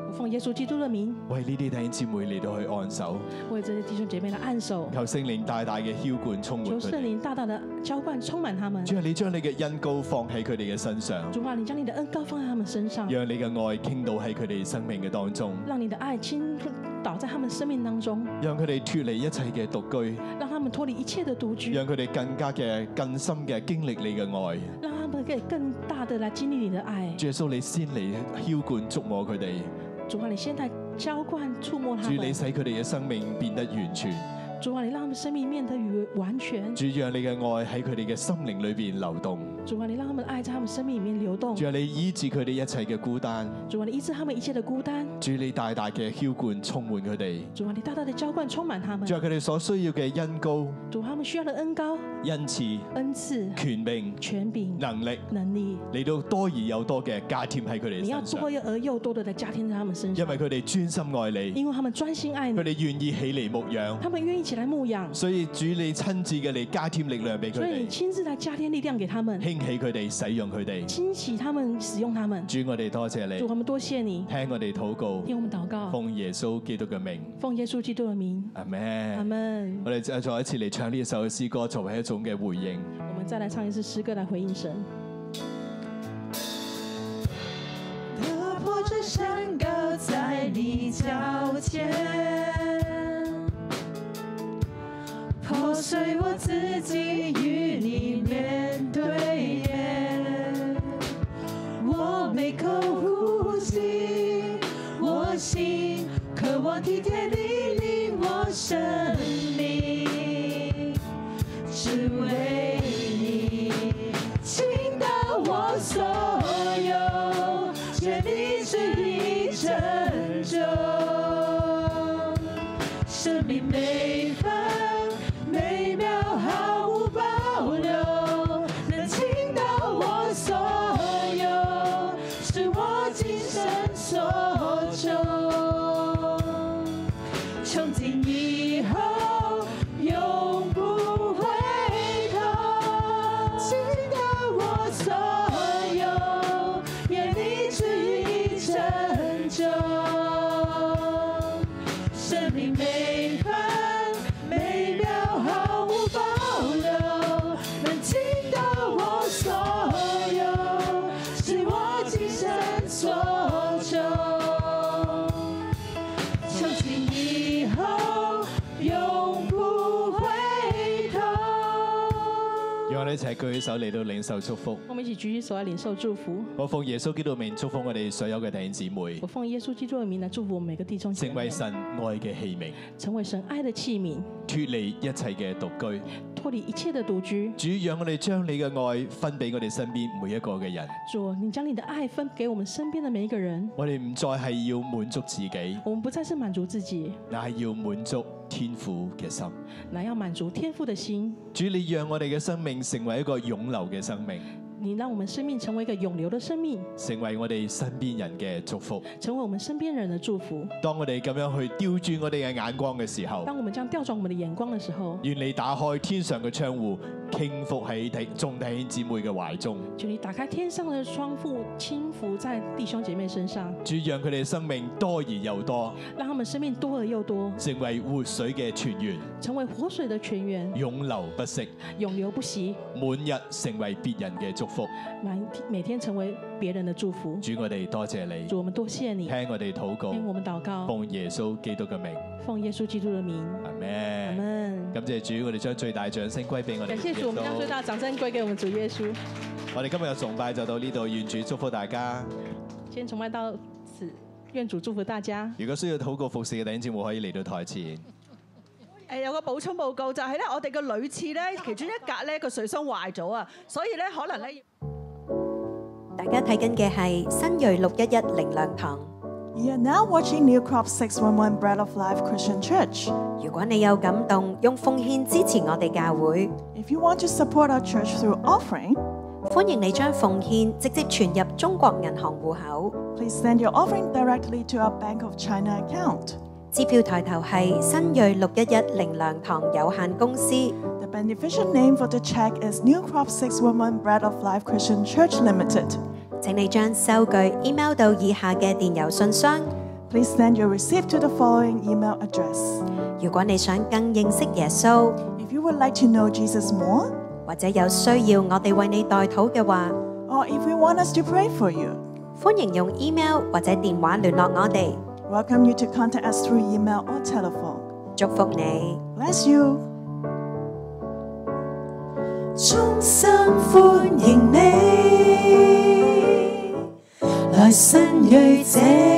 S2: 我奉耶穌基督的名，
S5: 為呢啲弟兄姊妹嚟到去按手，
S2: 為這些弟兄姐妹來按手，
S5: 求聖靈大大嘅澆灌充滿
S2: 求聖
S5: 佢哋。
S2: 靈大大的浇灌充滿他們。
S5: 主啊，你將你嘅恩膏放喺佢哋嘅身上，
S2: 主啊，你将你的恩膏放在他们身上，
S5: 讓你嘅愛傾倒喺佢哋生命嘅當中，
S2: 让你的爱倾倒在他们生命当中，
S5: 讓佢哋脱離一切嘅獨
S2: 让他们脱离一切的独
S5: 居，
S2: 居，
S5: 讓佢哋更加嘅更深嘅經歷你嘅愛。
S2: 让他们可以更大的来经历你的爱。
S5: 主耶穌，你先嚟澆灌觸摸佢哋，
S2: 主啊，你现在浇灌触摸他
S5: 主你
S2: 们，
S5: 使佢哋嘅生命變得完全，
S2: 主啊，你让他们生命变得与完全，
S5: 主讓你嘅愛喺佢哋嘅心靈裏邊流動，
S2: 主啊，你让他们的爱在他们生命里面流动，
S5: 主啊你醫治佢哋一切嘅孤單，
S2: 主啊，你医治他们一切的孤单，
S5: 主你大大嘅澆灌充滿佢哋，
S2: 主啊，你大大的浇灌充满他们
S5: 主，佢啊哋所需要嘅恩膏、
S2: 主啊他们需要的恩膏、
S5: 恩賜、
S2: 恩赐、
S5: 權柄、
S2: 权柄、
S5: 能力，
S2: 能力，
S5: 嚟到多而有多嘅加添喺佢哋
S2: 你要
S5: 身
S2: 多
S5: 上，
S2: 而又多的来加添在他们身
S5: 因
S2: 上，
S5: 為佢哋專心愛你，
S2: 因为他们专心爱你
S5: 佢，哋願意起嚟牧養，
S2: 他们愿意起来牧养。
S5: 所以主你親自嘅嚟加添力量俾佢
S2: 所以你
S5: 哋，
S2: 亲自来加添力量给他们，
S5: 興起佢哋，使用佢哋。
S2: 清洗他们，使用他们。
S5: 主，我哋多謝你
S2: 主，，我们多谢你，
S5: 聽我哋禱告，
S2: 听我们祷告，
S5: 奉耶穌基督嘅名，
S2: 奉耶稣基督的名，
S5: 阿
S2: 阿
S5: 咩？
S2: 门。
S5: 我哋再再一次嚟唱呢一首詩歌，作為一種嘅回應。
S2: 我们再来唱一次诗歌来回应神，
S4: 踏破这山高，在你脚前，破碎我自己，与你面对面。我每口呼吸，我心渴望体贴你，领我生命，只为你。倾倒我所有，全力旨意成就。生命每分每秒毫无保留，能倾倒我所有，是我今生所求。从今以后永不回头，倾倒我所有，愿你旨意成就。生命每分每秒毫无保留，能倾倒我所有，是我今生所求。从今以后永不回头。
S5: 讓我哋一齊舉舉起手嚟到領受祝福。
S2: 我们一起举起手来领受祝福。
S5: 我奉耶穌基督名祝福我哋所有嘅弟兄姊妹
S2: 我，奉耶稣基督的名来祝福我们每个弟兄姐
S5: 成
S2: 妹
S5: 為，神愛嘅器皿，
S2: 成为神爱的器皿，
S5: 脱離一切嘅獨
S2: 脱离一切的独居。
S5: 居。主，讓我哋將你嘅愛分俾我哋身邊每一個嘅人。
S2: 主，啊你将你的爱分给我们身边的每一个人。
S5: 我哋唔再係要滿足自己，
S2: 我们不再是满足自己，
S5: 乃係要滿足天父嘅心。
S2: 乃要满足天父的心。
S5: 主，你讓我哋嘅生命成為一個湧流嘅生命，
S2: 你让我们生命成为一个永流的生命，
S5: 成為我哋身邊人嘅祝福。
S2: 成为我们身边人的祝福。
S5: 當我哋咁樣去刁轉我哋嘅眼光嘅時候，
S2: 当我们将调转我们的眼光的时候，
S5: 願你打開天上嘅窗户，傾覆喺弟眾弟兄姊妹嘅懷中。
S2: 求你打开天上的窗户，轻拂在弟兄姐妹身上，
S5: 主讓佢哋生命多而又多，
S2: 让他们生命多而又多，
S5: 成為活水嘅泉源，
S2: 成为活水的泉源，
S5: 湧流不息，
S2: 永流不息，
S5: 滿日成為別人嘅祝福。
S2: 满每天成为别人的祝福。
S5: 主，我哋多謝你，
S2: 主，我们多谢你，
S5: 聽我哋禱
S2: 听我
S5: 告，
S2: 们祷告，
S5: 奉耶穌基督嘅名，
S2: 奉耶稣基督的名，
S5: 阿
S2: 阿
S5: 咩？
S2: 门。
S5: 感謝主，我哋將最大掌聲歸俾我哋
S2: 感谢主，我们将最
S5: 耶穌
S2: 大的掌声归给我们主耶稣。
S5: 我哋今日嘅崇拜就到呢度，願主祝福大家。
S2: 先崇拜到此，愿主祝福大家。
S5: 如果需要禱告服侍嘅弟兄姊妹，可以嚟到台前。
S6: 誒有個補充報告就係咧，我哋嘅女廁咧，其中一格咧個水箱壞咗啊，所以咧可能咧。
S7: 大家睇緊嘅係新锐六一一靈糧堂。
S4: You're now watching New Crop 611 Bread of Life Christian Church.
S7: 如果你有感動，用奉獻支持我哋教會，
S4: If you want to support our church through offering,
S7: 歡迎你將奉獻直接存入中國銀行户口。
S4: please send your offering directly to our Bank of China account.
S7: 支票抬頭係新锐六一一靈糧堂有限公司，
S4: The beneficial name for the check is New Crop 611 Bread of Life Christian Church Limited.
S7: 請你將收據 email 到以下嘅電郵信箱。
S4: Please send your receipt to the following email address.
S7: 如果你想更認識耶穌，
S4: If you would like to know Jesus more,
S7: 或者有需要我哋為你代禱嘅話，
S4: or if you want us to pray for you,
S7: 歡迎用 email 或者電話聯絡我哋。
S4: welcome you to contact us through email or telephone.
S7: 祝福你。
S4: Bless you.
S8: 衷心歡迎你，來新锐這